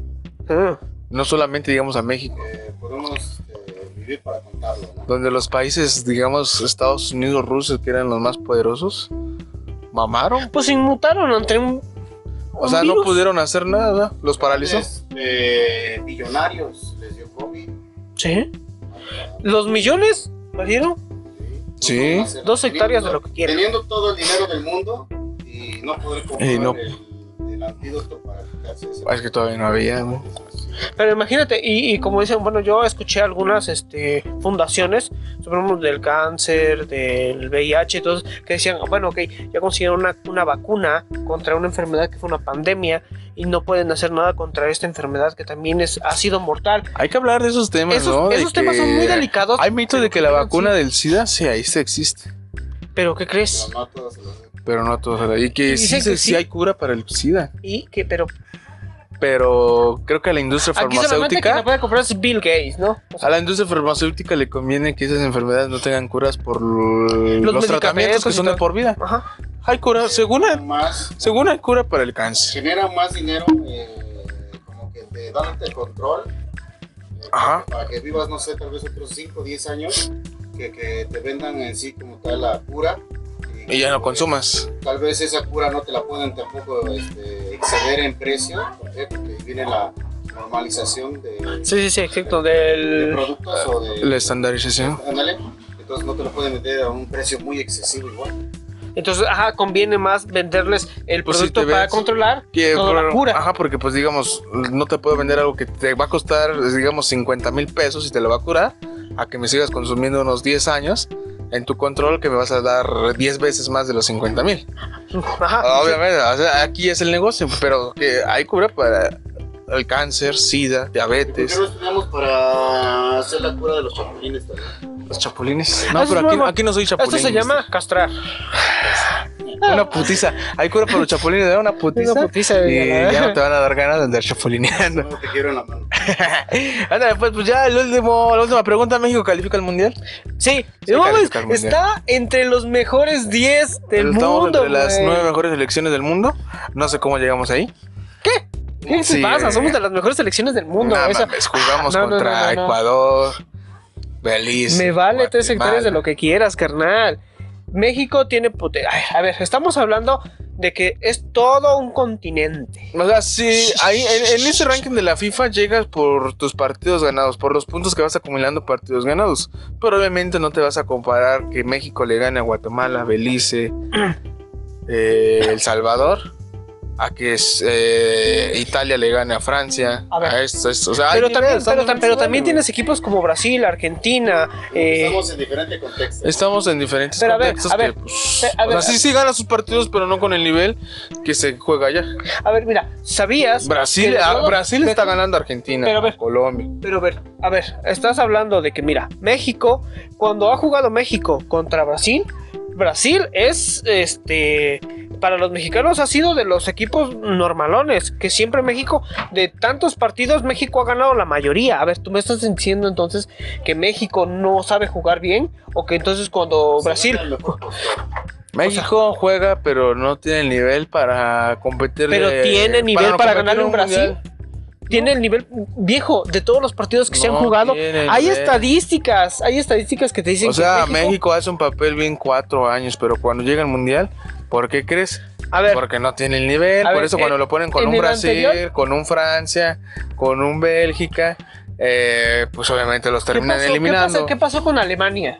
[SPEAKER 6] Ajá.
[SPEAKER 5] No solamente, digamos, a México,
[SPEAKER 7] Eh, podemos eh, vivir para contarlo, ¿no?
[SPEAKER 5] donde los países, digamos, Estados Unidos, Rusia, que eran los más poderosos, mamaron.
[SPEAKER 6] Pues se inmutaron entre un.
[SPEAKER 5] O sea, no pudieron hacer nada, ¿verdad? los paralizó.
[SPEAKER 7] Antes, eh, millonarios les dio COVID.
[SPEAKER 6] Sí. Los millones valieron
[SPEAKER 7] Pues,
[SPEAKER 5] Sí.
[SPEAKER 6] Dos hectáreas de lo que quieran.
[SPEAKER 7] Teniendo todo el dinero del mundo y no poder comprar
[SPEAKER 5] Y no-
[SPEAKER 7] el, el antídoto para quitarse ese-
[SPEAKER 5] Ah, Es que todavía no había, güey.
[SPEAKER 6] Pero imagínate, y, y como dicen, bueno, yo escuché algunas este, fundaciones, sobre ejemplo, del cáncer, del VIH, y todos, que decían, bueno, ok, ya consiguieron una, una vacuna contra una enfermedad que fue una pandemia y no pueden hacer nada contra esta enfermedad que también es, ha sido mortal.
[SPEAKER 5] Hay que hablar de esos temas,
[SPEAKER 6] Esos,
[SPEAKER 5] ¿no? De
[SPEAKER 6] esos temas son muy
[SPEAKER 5] que-
[SPEAKER 6] delicados.
[SPEAKER 5] Hay mito
[SPEAKER 6] pero
[SPEAKER 5] de que la
[SPEAKER 6] creo
[SPEAKER 5] vacuna
[SPEAKER 6] sí.
[SPEAKER 5] del SIDA, sí, ahí sí existe,
[SPEAKER 6] Pero ¿qué crees?
[SPEAKER 7] Pero no todos se los-
[SPEAKER 5] pero no a todos. Y que sí,
[SPEAKER 6] Dicen que
[SPEAKER 5] se- sí
[SPEAKER 6] sí.
[SPEAKER 5] hay cura para el SIDA,
[SPEAKER 6] ¿Y qué? Pero
[SPEAKER 5] pero creo que a la industria
[SPEAKER 6] aquí solamente quien la
[SPEAKER 5] farmacéutica...
[SPEAKER 6] puede comprar es Bill Gates, ¿no? O sea,
[SPEAKER 5] A la industria farmacéutica le conviene que esas enfermedades no tengan curas por l- los, tratamientos
[SPEAKER 6] Los
[SPEAKER 5] que
[SPEAKER 6] medicamentos y
[SPEAKER 5] son de
[SPEAKER 6] todo.
[SPEAKER 5] por vida.
[SPEAKER 6] ajá.
[SPEAKER 5] Hay cura, según hay,
[SPEAKER 7] Más,
[SPEAKER 5] según hay cura para el cáncer.
[SPEAKER 7] genera más dinero, eh, como que te dan el control. eh,
[SPEAKER 5] Ajá.
[SPEAKER 7] Para que vivas, no sé, tal vez otros 5 o 10 años, que, que te vendan en sí como tal la cura.
[SPEAKER 5] Y ya no
[SPEAKER 7] eh,
[SPEAKER 5] consumas.
[SPEAKER 7] tal vez esa cura no te la pueden tampoco este, exceder en precio, ¿por qué? porque viene la normalización de,
[SPEAKER 6] Sí, sí, sí, exacto.
[SPEAKER 7] de
[SPEAKER 6] Del...
[SPEAKER 7] productos o de...
[SPEAKER 5] La estandarización.
[SPEAKER 7] Ándale, entonces no te lo pueden vender a un precio muy excesivo igual.
[SPEAKER 6] Entonces, ajá, conviene más venderles el
[SPEAKER 5] Pues sí,
[SPEAKER 6] producto
[SPEAKER 5] te
[SPEAKER 6] para
[SPEAKER 5] ves-
[SPEAKER 6] controlar
[SPEAKER 5] Que,
[SPEAKER 6] toda la
[SPEAKER 5] por-
[SPEAKER 6] cura.
[SPEAKER 5] Ajá, porque pues digamos, no te puedo vender algo que te va a costar, digamos, 50 mil pesos y te lo va a curar, a que me sigas consumiendo unos 10 años en tu control que me vas a dar 10 veces más de los 50 mil.
[SPEAKER 6] Ajá.
[SPEAKER 5] Ah, Obviamente, o sea, aquí es el negocio, pero que hay cura para el cáncer, sida, diabetes.
[SPEAKER 7] Primero estudiamos para hacer la cura de los chapulines también.
[SPEAKER 5] Los chapulines. No,
[SPEAKER 6] Ah, eso
[SPEAKER 5] pero
[SPEAKER 6] es
[SPEAKER 5] aquí,
[SPEAKER 6] nuevo.
[SPEAKER 5] aquí no soy chapulín.
[SPEAKER 6] Esto se llama castrar.
[SPEAKER 5] mister. Una putiza. Hay cura para los chapulines, da una putiza.
[SPEAKER 6] Una putiza,
[SPEAKER 5] y
[SPEAKER 6] güey, la
[SPEAKER 5] ya no
[SPEAKER 6] verdad.
[SPEAKER 5] te van a dar ganas de andar chapulineando.
[SPEAKER 7] No te quiero en la mano.
[SPEAKER 5] Ándale, pues, pues ya, el último, la última pregunta. ¿México califica al mundial?
[SPEAKER 6] Sí,
[SPEAKER 5] Sí,
[SPEAKER 6] no mames,
[SPEAKER 5] califica al mundial.
[SPEAKER 6] está entre los mejores 10 del
[SPEAKER 5] Estamos
[SPEAKER 6] mundo.
[SPEAKER 5] entre las
[SPEAKER 6] güey.
[SPEAKER 5] nueve mejores selecciones del mundo. No sé cómo llegamos ahí.
[SPEAKER 6] ¿Qué
[SPEAKER 5] Sí,
[SPEAKER 6] se pasa?
[SPEAKER 5] güey.
[SPEAKER 6] Somos de las mejores selecciones del mundo.
[SPEAKER 5] Nah,
[SPEAKER 6] esa- Ah,
[SPEAKER 5] mames, jugamos
[SPEAKER 6] No, no,
[SPEAKER 5] contra
[SPEAKER 6] no, no, no.
[SPEAKER 5] Ecuador, Belice.
[SPEAKER 6] Me vale tres hectáreas de lo que quieras, carnal. México tiene pote- Ay, A ver, estamos hablando de que es todo un continente.
[SPEAKER 5] O sea, sí, ahí en, en ese ranking de la FIFA llegas por tus partidos ganados, por los puntos que vas acumulando partidos ganados. Pero obviamente no te vas a comparar que México le gane a Guatemala, Belice, eh, El Salvador, a que es, eh, Italia le gane a Francia,
[SPEAKER 6] A
[SPEAKER 5] a,
[SPEAKER 6] ver.
[SPEAKER 5] esto, esto. O sea,
[SPEAKER 6] Pero
[SPEAKER 5] hay
[SPEAKER 6] también,
[SPEAKER 5] niveles,
[SPEAKER 6] pero,
[SPEAKER 5] estamos-
[SPEAKER 6] pero también tienes equipos como Brasil, Argentina. eh,
[SPEAKER 7] Estamos en diferente contexto.
[SPEAKER 5] Estamos en diferentes
[SPEAKER 6] Pero a ver,
[SPEAKER 5] contextos
[SPEAKER 6] a ver,
[SPEAKER 5] que, pues,
[SPEAKER 6] eh, a
[SPEAKER 5] o sea,
[SPEAKER 6] ver,
[SPEAKER 5] sí, sí gana sus partidos, pero no con el nivel que se juega allá.
[SPEAKER 6] a ver, mira, ¿sabías?
[SPEAKER 5] Brasil,
[SPEAKER 6] que
[SPEAKER 5] ah,
[SPEAKER 6] luego-
[SPEAKER 5] Brasil está ganando a Argentina,
[SPEAKER 6] Pero a ver.
[SPEAKER 5] Colombia.
[SPEAKER 6] Pero a ver, a ver, estás hablando de que, mira, México, cuando ha jugado México contra Brasil, Brasil es, este, para los mexicanos ha sido de los equipos normalones, que siempre México, de tantos partidos, México ha ganado la mayoría. A ver, tú me estás diciendo entonces que México no sabe jugar bien, o que entonces cuando Brasil...
[SPEAKER 5] México juega, pero no tiene el nivel para competir.
[SPEAKER 6] Pero
[SPEAKER 5] de-
[SPEAKER 6] tiene nivel para
[SPEAKER 5] competir
[SPEAKER 6] ganarle un Brasil.
[SPEAKER 5] mundial.
[SPEAKER 6] Tiene el nivel viejo de todos los partidos que se han
[SPEAKER 5] No
[SPEAKER 6] jugado.
[SPEAKER 5] tiene
[SPEAKER 6] Hay
[SPEAKER 5] nivel.
[SPEAKER 6] estadísticas, hay estadísticas que te dicen
[SPEAKER 5] O sea,
[SPEAKER 6] que
[SPEAKER 5] México... hace un papel bien cuatro años, pero cuando llega al mundial, ¿por qué crees?
[SPEAKER 6] A ver,
[SPEAKER 5] Porque no tiene el nivel.
[SPEAKER 6] A
[SPEAKER 5] Por
[SPEAKER 6] ver,
[SPEAKER 5] eso cuando
[SPEAKER 6] en-
[SPEAKER 5] lo ponen con
[SPEAKER 6] en
[SPEAKER 5] un
[SPEAKER 6] el
[SPEAKER 5] Brasil,
[SPEAKER 6] anterior-
[SPEAKER 5] con un Francia, con un Bélgica, eh, pues obviamente los
[SPEAKER 6] ¿qué
[SPEAKER 5] terminan
[SPEAKER 6] pasó- qué
[SPEAKER 5] eliminando.
[SPEAKER 6] pasó- ¿Qué pasó con Alemania?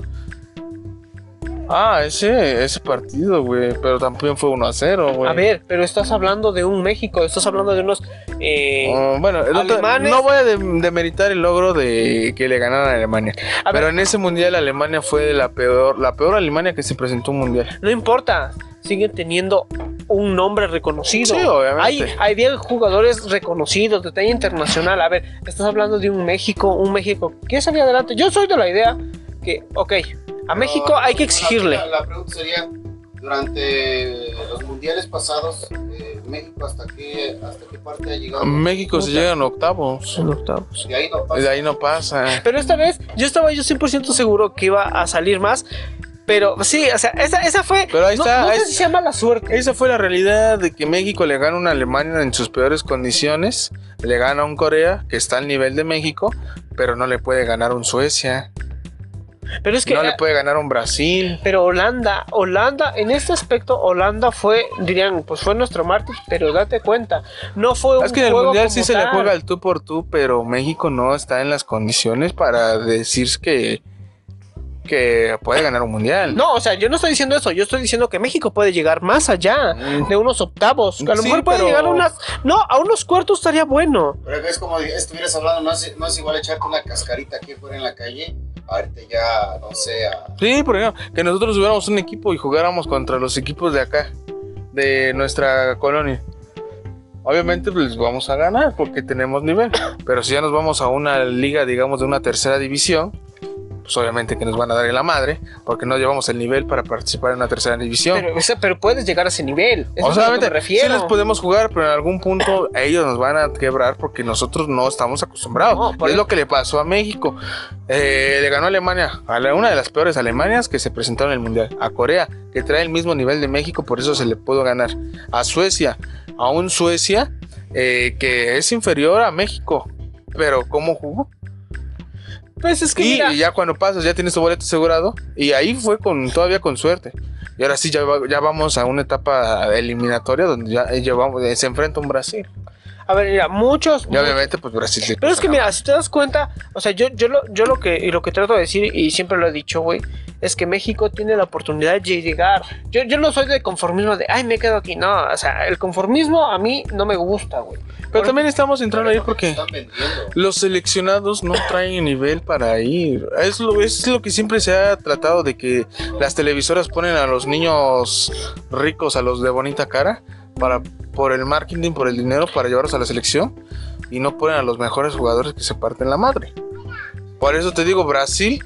[SPEAKER 5] Ah, ese, ese partido, güey. Pero también fue 1 a 0, güey.
[SPEAKER 6] A ver, pero estás hablando de un México, estás hablando de unos... eh,
[SPEAKER 5] Oh, bueno, no te-
[SPEAKER 6] Alemanes-
[SPEAKER 5] no voy a dem- demeritar el logro de que le ganaron a Alemania.
[SPEAKER 6] A
[SPEAKER 5] pero
[SPEAKER 6] ver.
[SPEAKER 5] en ese mundial Alemania fue la peor, la peor Alemania que se presentó un mundial.
[SPEAKER 6] No importa, siguen teniendo un nombre reconocido.
[SPEAKER 5] Sí, obviamente.
[SPEAKER 6] Hay, hay bien jugadores reconocidos de talla internacional. A ver, estás hablando de un México, un México que salir adelante. Yo soy de la idea que, ok, a México hay que exigirle.
[SPEAKER 7] La, la pregunta sería: durante los mundiales pasados, eh, México, ¿hasta qué, ¿hasta qué parte ha llegado?
[SPEAKER 5] México se
[SPEAKER 6] Puta.
[SPEAKER 5] llegan octavos.
[SPEAKER 7] De ahí no
[SPEAKER 5] De
[SPEAKER 7] pasa.
[SPEAKER 5] ahí no pasa.
[SPEAKER 6] Pero esta vez yo estaba yo 100% seguro que iba a salir más. Pero sí, o sea, esa, esa fue...
[SPEAKER 5] Pero ahí
[SPEAKER 6] no-
[SPEAKER 5] está,
[SPEAKER 6] No,
[SPEAKER 5] ahí
[SPEAKER 6] sé si se llama la suerte.
[SPEAKER 5] Esa fue la realidad de que México le gana a una Alemania en sus peores condiciones, le gana a un Corea que está al nivel de México, pero no le puede ganar a un Suecia,
[SPEAKER 6] Pero es que...
[SPEAKER 5] no le
[SPEAKER 6] eh,
[SPEAKER 5] puede ganar a un Brasil.
[SPEAKER 6] Pero Holanda, Holanda, en este aspecto, Holanda fue, dirían, pues fue nuestro mártir, pero date cuenta, no fue un
[SPEAKER 5] Es que en el
[SPEAKER 6] juego
[SPEAKER 5] mundial
[SPEAKER 6] como
[SPEAKER 5] sí se le
[SPEAKER 6] tal.
[SPEAKER 5] juega el tú por tú, pero México no está en las condiciones para decir que, que puede ganar un mundial.
[SPEAKER 6] No, o sea, yo no estoy diciendo eso, yo estoy diciendo que México puede llegar más allá
[SPEAKER 5] Mm.
[SPEAKER 6] de unos octavos, a lo
[SPEAKER 5] Sí,
[SPEAKER 6] mejor puede
[SPEAKER 5] pero-
[SPEAKER 6] llegar a unas, no, a unos cuartos estaría bueno.
[SPEAKER 7] Pero es como estuvieras hablando, no es, no es igual echarte una cascarita aquí fuera en la calle, ahorita ya, no sé, a-
[SPEAKER 5] Sí, por ejemplo, que nosotros tuviéramos un equipo y jugáramos contra los equipos de acá, de nuestra colonia. Obviamente pues vamos a ganar porque tenemos nivel, pero si ya nos vamos a una liga, digamos, de una tercera división, pues obviamente que nos van a dar en la madre, porque no llevamos el nivel para participar en una tercera división.
[SPEAKER 6] Pero, o sea, pero puedes llegar a ese nivel. Eso
[SPEAKER 5] O
[SPEAKER 6] es
[SPEAKER 5] sea,
[SPEAKER 6] a lo que me
[SPEAKER 5] obviamente, sí
[SPEAKER 6] refiero.
[SPEAKER 5] les podemos jugar, pero en algún punto ellos nos van a quebrar porque nosotros no estamos acostumbrados.
[SPEAKER 6] No, por
[SPEAKER 5] es
[SPEAKER 6] eso.
[SPEAKER 5] lo que le pasó a México. Eh, le ganó a Alemania, a la- una de las peores Alemanias que se presentaron en el Mundial. A Corea, que trae el mismo nivel de México, por eso se le pudo ganar. A Suecia, a un Suecia eh, que es inferior a México. Pero ¿cómo jugó?
[SPEAKER 6] Pues es que
[SPEAKER 5] Y,
[SPEAKER 6] mira,
[SPEAKER 5] y ya cuando pasas, ya tienes tu boleto asegurado. Y ahí fue con todavía con suerte. Y ahora sí, ya, va- ya vamos a una etapa eliminatoria donde ya eh, llevamos, eh, se enfrenta un Brasil.
[SPEAKER 6] a ver, mira, muchos
[SPEAKER 5] Y obviamente, pues Brasil. le
[SPEAKER 6] Pero es
[SPEAKER 5] puso
[SPEAKER 6] que
[SPEAKER 5] la-
[SPEAKER 6] mira, si te das cuenta, o sea, yo, yo, lo, yo lo que y lo que trato de decir y siempre lo he dicho, güey, es que México tiene la oportunidad de llegar. Yo, yo no soy de conformismo de, ay, me quedo aquí. No, o sea, el conformismo a mí no me gusta, güey.
[SPEAKER 5] Pero también estamos entrando ahí porque
[SPEAKER 7] están vendiendo.
[SPEAKER 5] los seleccionados no traen nivel para ir. Es lo, es lo que siempre se ha tratado de que las televisoras ponen a los niños ricos, a los de bonita cara, para por el marketing, por el dinero, para llevarlos a la selección. Y no ponen a los mejores jugadores que se parten la madre. Por eso te digo, Brasil,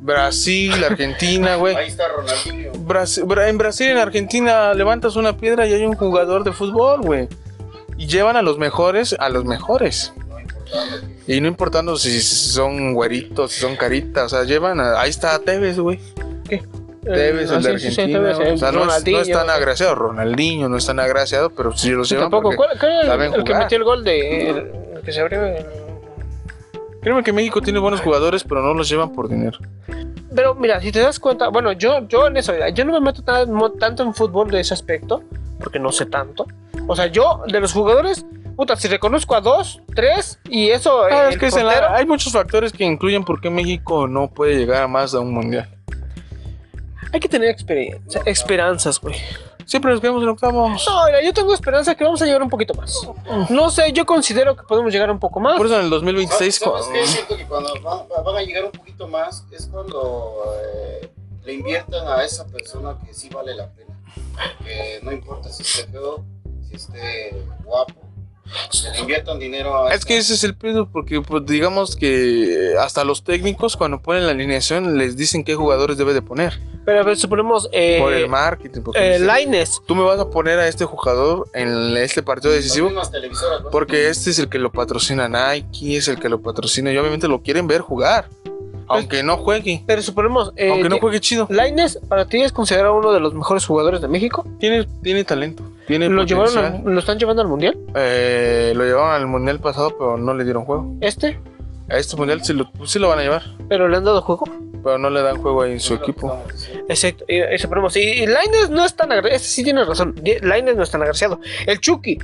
[SPEAKER 5] Brasil, Argentina, güey.
[SPEAKER 7] Ahí está Ronaldinho.
[SPEAKER 5] Brasi- Bra- en Brasil, en Argentina, levantas una piedra y hay un jugador de fútbol, güey. Y llevan a los mejores, a los mejores. Y no importando si son güeritos, si son caritas, o sea, llevan a- Ahí está Tevez, güey. Tevez, el de
[SPEAKER 6] Así, Ah, sí, sí,
[SPEAKER 5] Argentina.
[SPEAKER 6] Tevez,
[SPEAKER 5] güey.
[SPEAKER 6] el
[SPEAKER 5] o sea, no es, no es
[SPEAKER 6] Ronaldinho,
[SPEAKER 5] tan agraciado. Ronaldinho no es tan agraciado, pero sí los
[SPEAKER 6] Sí,
[SPEAKER 5] llevan.
[SPEAKER 6] tampoco.
[SPEAKER 5] porque-
[SPEAKER 6] ¿Cuál, cuál era
[SPEAKER 5] saben
[SPEAKER 6] el, el que
[SPEAKER 5] jugar.
[SPEAKER 6] metió el gol de. el- el que se abrió. el-
[SPEAKER 5] Créeme que México tiene buenos jugadores, pero no los llevan por dinero.
[SPEAKER 6] pero mira, si te das cuenta, bueno, yo, yo en eso, yo no me meto tan- mo- tanto en fútbol de ese aspecto, porque no sé tanto. O sea, yo de los jugadores, puta, si reconozco a dos, tres, y eso.
[SPEAKER 5] Ah,
[SPEAKER 6] el
[SPEAKER 5] es que es en la-
[SPEAKER 6] portero-
[SPEAKER 5] hay muchos factores que incluyen por qué México no puede llegar a más a un mundial.
[SPEAKER 6] Hay que tener experiencia, esperanzas, güey.
[SPEAKER 5] Siempre nos quedamos en octavos.
[SPEAKER 6] No, mira, yo tengo esperanza que vamos a llegar un poquito más. No sé, yo considero que podemos llegar un poco más.
[SPEAKER 5] Por eso en el 2026
[SPEAKER 7] Ah, ¿Sabes
[SPEAKER 5] con-
[SPEAKER 7] qué? Siento que cuando van, van a llegar un poquito más es cuando eh, le inviertan a esa persona que sí vale la pena. Que no importa si esté feo, si esté guapo. que Le inviertan dinero a
[SPEAKER 5] Es que ese es el pedo, porque pues, digamos que hasta los técnicos cuando ponen la alineación les dicen qué jugadores debe de poner.
[SPEAKER 6] Pero a ver, suponemos. Eh,
[SPEAKER 5] por el marketing. porque
[SPEAKER 6] eh,
[SPEAKER 5] dicen,
[SPEAKER 6] Lainez.
[SPEAKER 5] Tú me vas a poner a este jugador en este partido
[SPEAKER 7] decisivo.
[SPEAKER 5] decisivo porque este es el que lo patrocina Nike, es el que lo patrocina y obviamente lo quieren ver jugar. Aunque no juegue,
[SPEAKER 6] Pero suponemos. Eh,
[SPEAKER 5] aunque no juegue chido.
[SPEAKER 6] Lainez, para ti es considerado uno de los mejores jugadores de México.
[SPEAKER 5] Tiene, tiene talento, tiene
[SPEAKER 6] ¿Lo, llevaron
[SPEAKER 5] potencial.
[SPEAKER 6] al- ¿Lo están llevando al mundial?
[SPEAKER 5] Eh, lo llevaron al mundial pasado, pero no le dieron juego.
[SPEAKER 6] Este,
[SPEAKER 5] A este mundial sí lo, sí lo van a llevar,
[SPEAKER 6] pero le han dado juego.
[SPEAKER 5] pero no le dan juego ahí en su equipo.
[SPEAKER 6] Exacto, y, y suponemos. Y, y Lainez no es tan agraciado. Este sí tiene razón. Die- Lainez no es tan agraciado. El Chucky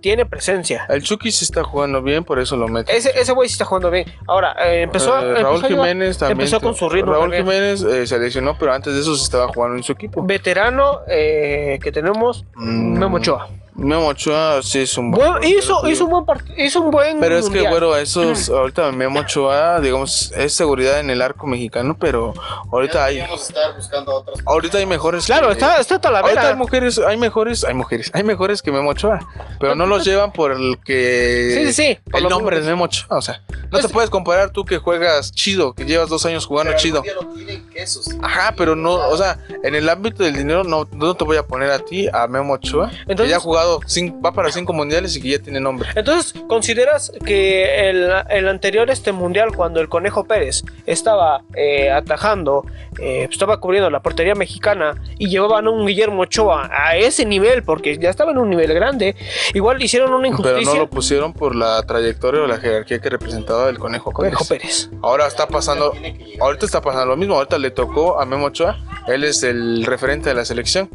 [SPEAKER 6] tiene presencia.
[SPEAKER 5] El Chucky sí está jugando bien, por eso lo mete.
[SPEAKER 6] Ese ese güey sí está jugando bien. Ahora, eh, empezó, a-
[SPEAKER 5] Eh,
[SPEAKER 6] empezó
[SPEAKER 5] Raúl
[SPEAKER 6] a llevar-
[SPEAKER 5] Jiménez también.
[SPEAKER 6] empezó con su ritmo
[SPEAKER 5] Raúl
[SPEAKER 6] también.
[SPEAKER 5] Jiménez eh, se lesionó, pero antes de eso se estaba jugando en su equipo.
[SPEAKER 6] veterano eh, que tenemos,
[SPEAKER 5] Mm.
[SPEAKER 6] Memo Ochoa.
[SPEAKER 5] Memo Ochoa sí es un
[SPEAKER 6] Bueno,
[SPEAKER 5] portero,
[SPEAKER 6] hizo,
[SPEAKER 5] pero-
[SPEAKER 6] hizo un buen partido, hizo un buen
[SPEAKER 5] Pero es que,
[SPEAKER 6] mundial.
[SPEAKER 5] bueno, esos, ahorita Memo Ochoa, digamos, es seguridad en el arco mexicano, pero ahorita hay, Oh,
[SPEAKER 7] estar buscando otras
[SPEAKER 5] ahorita hay mejores.
[SPEAKER 6] Claro,
[SPEAKER 5] que-
[SPEAKER 6] está, está
[SPEAKER 5] eh, Ahorita
[SPEAKER 6] Talavera.
[SPEAKER 5] hay mujeres, hay mejores, hay mujeres, hay mejores que Memo Ochoa, pero no los llevan por el que...
[SPEAKER 6] Sí, sí, sí. por
[SPEAKER 5] El
[SPEAKER 6] lo
[SPEAKER 5] nombre de
[SPEAKER 6] mismo
[SPEAKER 5] Memo Ochoa, o sea, no
[SPEAKER 6] Es-
[SPEAKER 5] te puedes comparar tú que juegas chido, que llevas dos años jugando
[SPEAKER 7] Pero
[SPEAKER 5] chido.
[SPEAKER 7] algún día lo tienen que sustituir.
[SPEAKER 5] Ajá, pero no, o sea, en el ámbito del dinero no, no te voy a poner a ti, a Memo Ochoa, que
[SPEAKER 6] Entonces-
[SPEAKER 5] ya ha jugado, cinco- va para cinco mundiales y que ya tiene nombre.
[SPEAKER 6] que- Entonces, ¿consideras que el, el anterior este mundial, cuando el Conejo Pérez estaba eh, atajando, eh, estaba cubriendo la portería mexicana y llevaban a un Guillermo Ochoa a ese nivel, porque ya estaba en un nivel grande, igual hicieron una
[SPEAKER 5] Pero
[SPEAKER 6] injusticia?
[SPEAKER 5] no lo pusieron por la trayectoria o la jerarquía que representaba el Conejo Pérez.
[SPEAKER 6] Conejo Pérez.
[SPEAKER 5] Ahora está pasando,
[SPEAKER 7] Tiene que llegar.
[SPEAKER 5] ahorita está pasando lo mismo, ahorita le tocó a Memo Ochoa, él es el referente de la selección,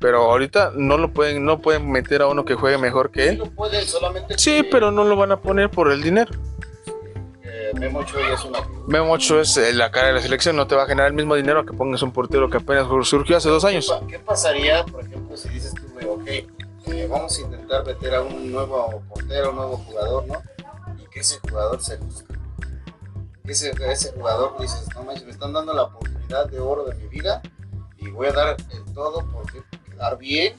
[SPEAKER 5] pero ahorita no lo pueden, no pueden meter a uno que juegue mejor que
[SPEAKER 7] Sí
[SPEAKER 5] él.
[SPEAKER 7] lo pueden, solamente
[SPEAKER 5] Sí,
[SPEAKER 7] que-
[SPEAKER 5] pero no lo van a poner por el dinero.
[SPEAKER 7] que eh, Memo Ochoa ya es una figura.
[SPEAKER 5] Memo Ochoa es eh, la cara de la selección, no te va a generar el mismo dinero que pongas un portero que apenas surgió hace dos años.
[SPEAKER 7] Pa- ¿Qué pasaría, por ejemplo, si dices tú, güey, ok, eh, vamos a intentar meter a un nuevo portero, un nuevo jugador, ¿no? Y que ese jugador se busque. Que ese, ese jugador dices, no manches, me están dando la oportunidad de oro de mi vida y voy a dar el todo por quedar bien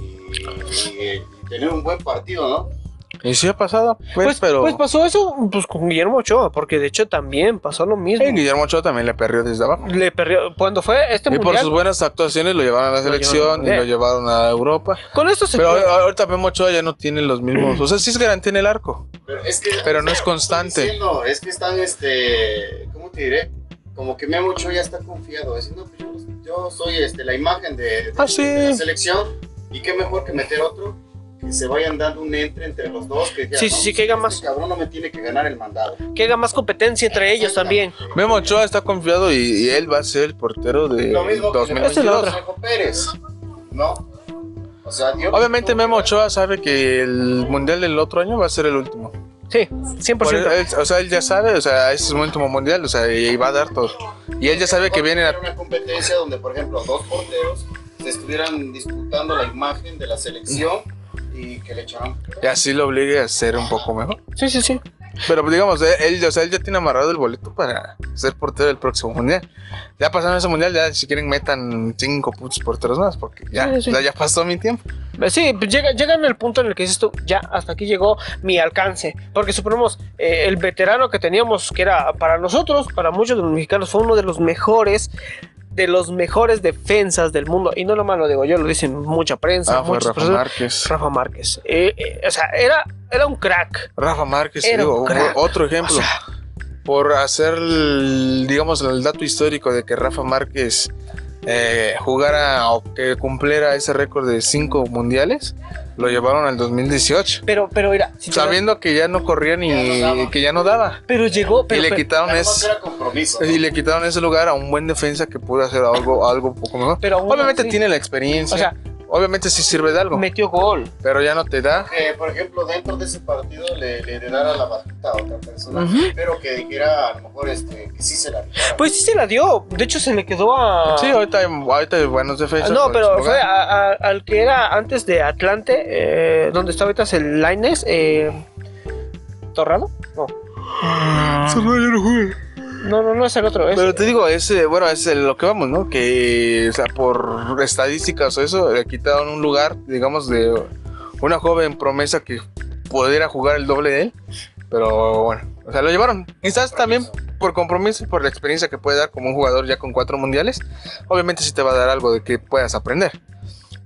[SPEAKER 7] y, y- eh, y tener un buen partido, ¿no?
[SPEAKER 5] Y sí ha pasado, pues,
[SPEAKER 6] Pues,
[SPEAKER 5] pero
[SPEAKER 6] pues pasó eso pues, con Guillermo Ochoa, porque de hecho también pasó lo mismo.
[SPEAKER 5] eh, Guillermo Ochoa también le perdió desde abajo.
[SPEAKER 6] Le perdió. Cuando fue este
[SPEAKER 5] Y por
[SPEAKER 6] mundial,
[SPEAKER 5] sus buenas actuaciones lo llevaron a la
[SPEAKER 6] Lo llevaron
[SPEAKER 5] selección y
[SPEAKER 6] al
[SPEAKER 5] lo llevaron a Europa.
[SPEAKER 6] con esto se
[SPEAKER 5] Pero
[SPEAKER 6] fue.
[SPEAKER 5] ahor- ahorita Memo Ochoa ya no tiene los mismos. O sea, sí es garantía en el arco,
[SPEAKER 7] Pero, es que,
[SPEAKER 5] pero no es
[SPEAKER 7] Estoy
[SPEAKER 5] constante.
[SPEAKER 7] diciendo, es que están, este, ¿cómo te diré? Como que Memo Ochoa ya está confiado, diciendo, pues yo, yo soy este, la imagen de, de-
[SPEAKER 5] Ah, sí.
[SPEAKER 7] de la selección y qué mejor que meter otro, que se vayan dando un entre entre los dos, que digan,
[SPEAKER 6] Sí, sí,
[SPEAKER 7] "No,
[SPEAKER 6] sí, que haga
[SPEAKER 7] este
[SPEAKER 6] más".
[SPEAKER 7] cabrón no me tiene que ganar el mandado.
[SPEAKER 5] eh,
[SPEAKER 6] que haga más competencia entre ellos también.
[SPEAKER 5] Memo Ochoa está confiado y, y él va a ser el portero de
[SPEAKER 7] Lo mismo que le pasó
[SPEAKER 5] 2022.
[SPEAKER 7] a Sergio Pérez, ¿no? O sea, yo-
[SPEAKER 5] Obviamente Memo Ochoa sabe que el mundial del otro año va a ser el último.
[SPEAKER 6] Sí,
[SPEAKER 5] Por
[SPEAKER 6] 100%.
[SPEAKER 5] él- él- o sea, él ya sabe, o sea, es su último mundial, o sea, y, y va a dar todo. Y él ya sabe que viene
[SPEAKER 7] Era
[SPEAKER 5] la-
[SPEAKER 7] una competencia donde, por ejemplo, dos porteros se estuvieran disputando la imagen de la selección y que le echaran.
[SPEAKER 5] y así lo obligue a ser un poco mejor.
[SPEAKER 6] Sí, sí, sí.
[SPEAKER 5] Pero pues, digamos, eh, él, o sea, él ya tiene amarrado el boleto para ser portero del próximo mundial. Ya pasaron ese mundial, ya si quieren metan cinco putos porteros más, porque ya,
[SPEAKER 6] Sí, sí.
[SPEAKER 5] o sea, ya pasó mi tiempo.
[SPEAKER 6] Sí, pues llega, llega en el punto en el que dices tú, ya hasta aquí llegó mi alcance. Porque suponemos, eh, el veterano que teníamos, que era para nosotros, para muchos de los mexicanos, fue uno de los mejores, de los mejores defensas del mundo. Y no nomás lo digo yo, lo dicen mucha prensa,
[SPEAKER 5] Ah, fue
[SPEAKER 6] muchas
[SPEAKER 5] Rafa
[SPEAKER 6] personas.
[SPEAKER 5] Márquez.
[SPEAKER 6] Rafa Márquez. Eh, eh, o sea, era, era un crack.
[SPEAKER 5] Rafa Márquez,
[SPEAKER 6] Era
[SPEAKER 5] digo,
[SPEAKER 6] un crack.
[SPEAKER 5] otro ejemplo.
[SPEAKER 6] O sea,
[SPEAKER 5] por hacer, el- digamos, el dato histórico de que Rafa Márquez eh, jugara o que cumpliera ese récord de cinco mundiales, lo llevaron al 2018.
[SPEAKER 6] Pero, pero mira, si te das-
[SPEAKER 5] Sabiendo que ya no corría ni
[SPEAKER 7] Ya no daba.
[SPEAKER 5] que ya no daba.
[SPEAKER 6] pero llegó, pero,
[SPEAKER 5] y le
[SPEAKER 6] pero-
[SPEAKER 5] quitaron
[SPEAKER 7] Nada más
[SPEAKER 5] ese-
[SPEAKER 7] era compromiso. ¿no?
[SPEAKER 5] y le quitaron ese lugar a un buen defensa que pudo hacer algo, algo un poco mejor.
[SPEAKER 6] Pero aún
[SPEAKER 5] Obviamente
[SPEAKER 6] así-
[SPEAKER 5] tiene la experiencia.
[SPEAKER 6] o sea,
[SPEAKER 5] obviamente sí sirve de algo.
[SPEAKER 6] metió gol.
[SPEAKER 5] Pero ya no te da.
[SPEAKER 7] que, por ejemplo, dentro de ese partido le, le heredara la batuta a otra persona. Pero que dijera, a lo mejor, este, que sí se la rifara.
[SPEAKER 6] Pues sí se la dio. De hecho, se le quedó a.
[SPEAKER 5] Sí, ahorita hay, ahorita hay buenos defensas.
[SPEAKER 6] Ah. no,
[SPEAKER 5] por
[SPEAKER 6] pero
[SPEAKER 5] su
[SPEAKER 6] fue
[SPEAKER 5] lugar.
[SPEAKER 6] a- a- al que era antes de Atlante, eh, donde está ahorita es el Lines. Eh, ¿Torrado? No. No, no, no es el otro. Es,
[SPEAKER 5] Pero te digo, ese, bueno, es el- lo que vamos, ¿no? Que, o sea, por estadísticas o eso, le quitaron un lugar, digamos, de una joven promesa que pudiera jugar el doble de él. Pero bueno, o sea, lo llevaron. Quizás también por compromiso y por la experiencia que puede dar como un jugador ya con cuatro mundiales. Obviamente sí te va a dar algo de que puedas aprender.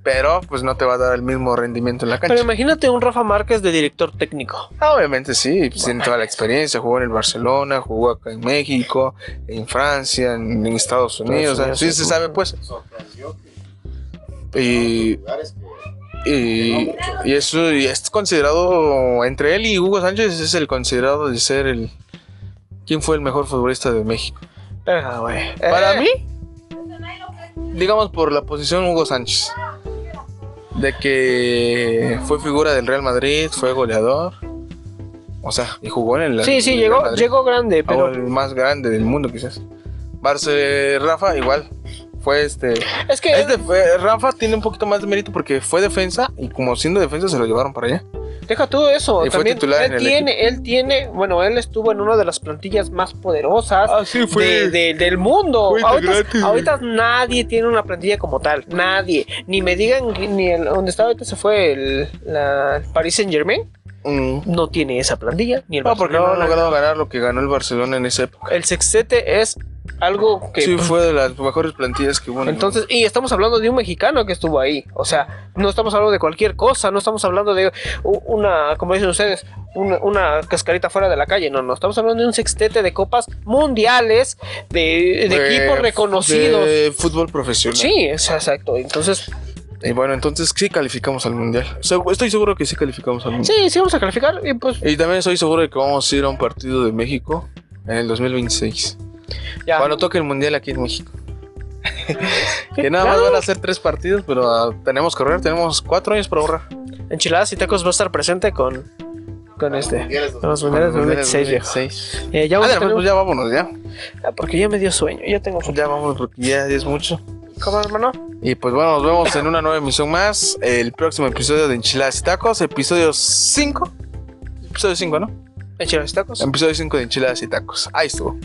[SPEAKER 5] Pero pues no te va a dar el mismo rendimiento en la
[SPEAKER 6] pero
[SPEAKER 5] cancha.
[SPEAKER 6] imagínate un Rafa Márquez de director técnico.
[SPEAKER 5] Ah, Obviamente sí, pues, tiene toda la experiencia, jugó en el Barcelona, jugó acá en México, en Francia, en, en Estados Unidos, o sea,
[SPEAKER 6] Unidos,
[SPEAKER 5] sí
[SPEAKER 6] sí.
[SPEAKER 5] se sabe pues.
[SPEAKER 7] Sorprendió que
[SPEAKER 5] Y,
[SPEAKER 7] lugares que
[SPEAKER 5] y, y eso y es considerado, entre él y Hugo Sánchez es el considerado de ser el... ¿Quién fue el mejor futbolista de México?
[SPEAKER 6] Pero, güey, eh,
[SPEAKER 5] Para mí, digamos por la posición Hugo Sánchez, de que fue figura del Real Madrid, fue goleador, o sea, y jugó en el...
[SPEAKER 6] Sí, sí,
[SPEAKER 5] el Real
[SPEAKER 6] llegó,
[SPEAKER 5] Madrid.
[SPEAKER 6] llegó grande,
[SPEAKER 5] pero
[SPEAKER 6] pero pues
[SPEAKER 5] el más grande del mundo quizás. Barce Rafa igual fue este,
[SPEAKER 6] es que
[SPEAKER 5] es def- Rafa tiene un poquito más de mérito porque fue defensa y como siendo defensa se lo llevaron para allá.
[SPEAKER 6] deja todo eso.
[SPEAKER 5] Y fue
[SPEAKER 6] También
[SPEAKER 5] titular en
[SPEAKER 6] él
[SPEAKER 5] el
[SPEAKER 6] tiene, él tiene, bueno, él estuvo en una de las plantillas más poderosas
[SPEAKER 5] Ah, sí
[SPEAKER 6] de- de- del mundo.
[SPEAKER 5] fue
[SPEAKER 6] Ahorita,
[SPEAKER 5] integrante,
[SPEAKER 6] ahorita nadie tiene una plantilla como tal, nadie. Ni me digan que- ni el, donde está ahorita se fue el la Paris Saint Germain, no tiene esa plantilla ni el
[SPEAKER 5] No, Ah, porque no ha
[SPEAKER 6] Mm. Barcelona.
[SPEAKER 5] logrado ganar lo que ganó el Barcelona en esa época.
[SPEAKER 6] El sextete es algo que
[SPEAKER 5] Sí, fue de las mejores plantillas que hubo. en el
[SPEAKER 6] pues. Entonces, y estamos hablando de un mexicano que estuvo ahí. O sea, no estamos hablando de cualquier cosa, no estamos hablando de u- una, como dicen ustedes, una, una cascarita fuera de la calle. No, no, estamos hablando de un sextete de copas mundiales, de, de
[SPEAKER 5] mundo.
[SPEAKER 6] equipos
[SPEAKER 5] De-
[SPEAKER 6] reconocidos.
[SPEAKER 5] De fútbol profesional.
[SPEAKER 6] Sí, es- exacto. Entonces,
[SPEAKER 5] Y bueno, entonces sí calificamos al mundial. Segu- Estoy seguro que sí calificamos al mundial.
[SPEAKER 6] sí, sí, vamos a calificar. Y pues,
[SPEAKER 5] Y también estoy seguro de que vamos a ir a un partido de México en el 2026.
[SPEAKER 6] ya.
[SPEAKER 5] Cuando toque el mundial aquí en México. que nada más van a ser tres partidos, pero ah, tenemos que ahorrar, tenemos cuatro años para ahorrar.
[SPEAKER 6] Enchiladas y tacos va a estar presente con, con este.
[SPEAKER 7] quieres
[SPEAKER 6] Con los mundiales
[SPEAKER 5] Con el mundial
[SPEAKER 6] 2026, viejo.
[SPEAKER 5] 2026.
[SPEAKER 6] Eh, ya
[SPEAKER 5] Ah,
[SPEAKER 6] vamos
[SPEAKER 5] de-
[SPEAKER 6] a
[SPEAKER 5] pues
[SPEAKER 6] tener-
[SPEAKER 5] ya vámonos, ya.
[SPEAKER 6] ah, Porque ya me dio sueño, ya tengo sueño.
[SPEAKER 5] Ya vámonos porque ya es mucho.
[SPEAKER 6] ¿Cómo, hermano?
[SPEAKER 5] Y pues bueno, nos vemos en una nueva emisión más. El próximo episodio de Enchiladas y Tacos, episodio 5. Episodio 5, ¿no?
[SPEAKER 6] Enchiladas y tacos.
[SPEAKER 5] Episodio 5 de Enchiladas y Tacos. Ahí estuvo.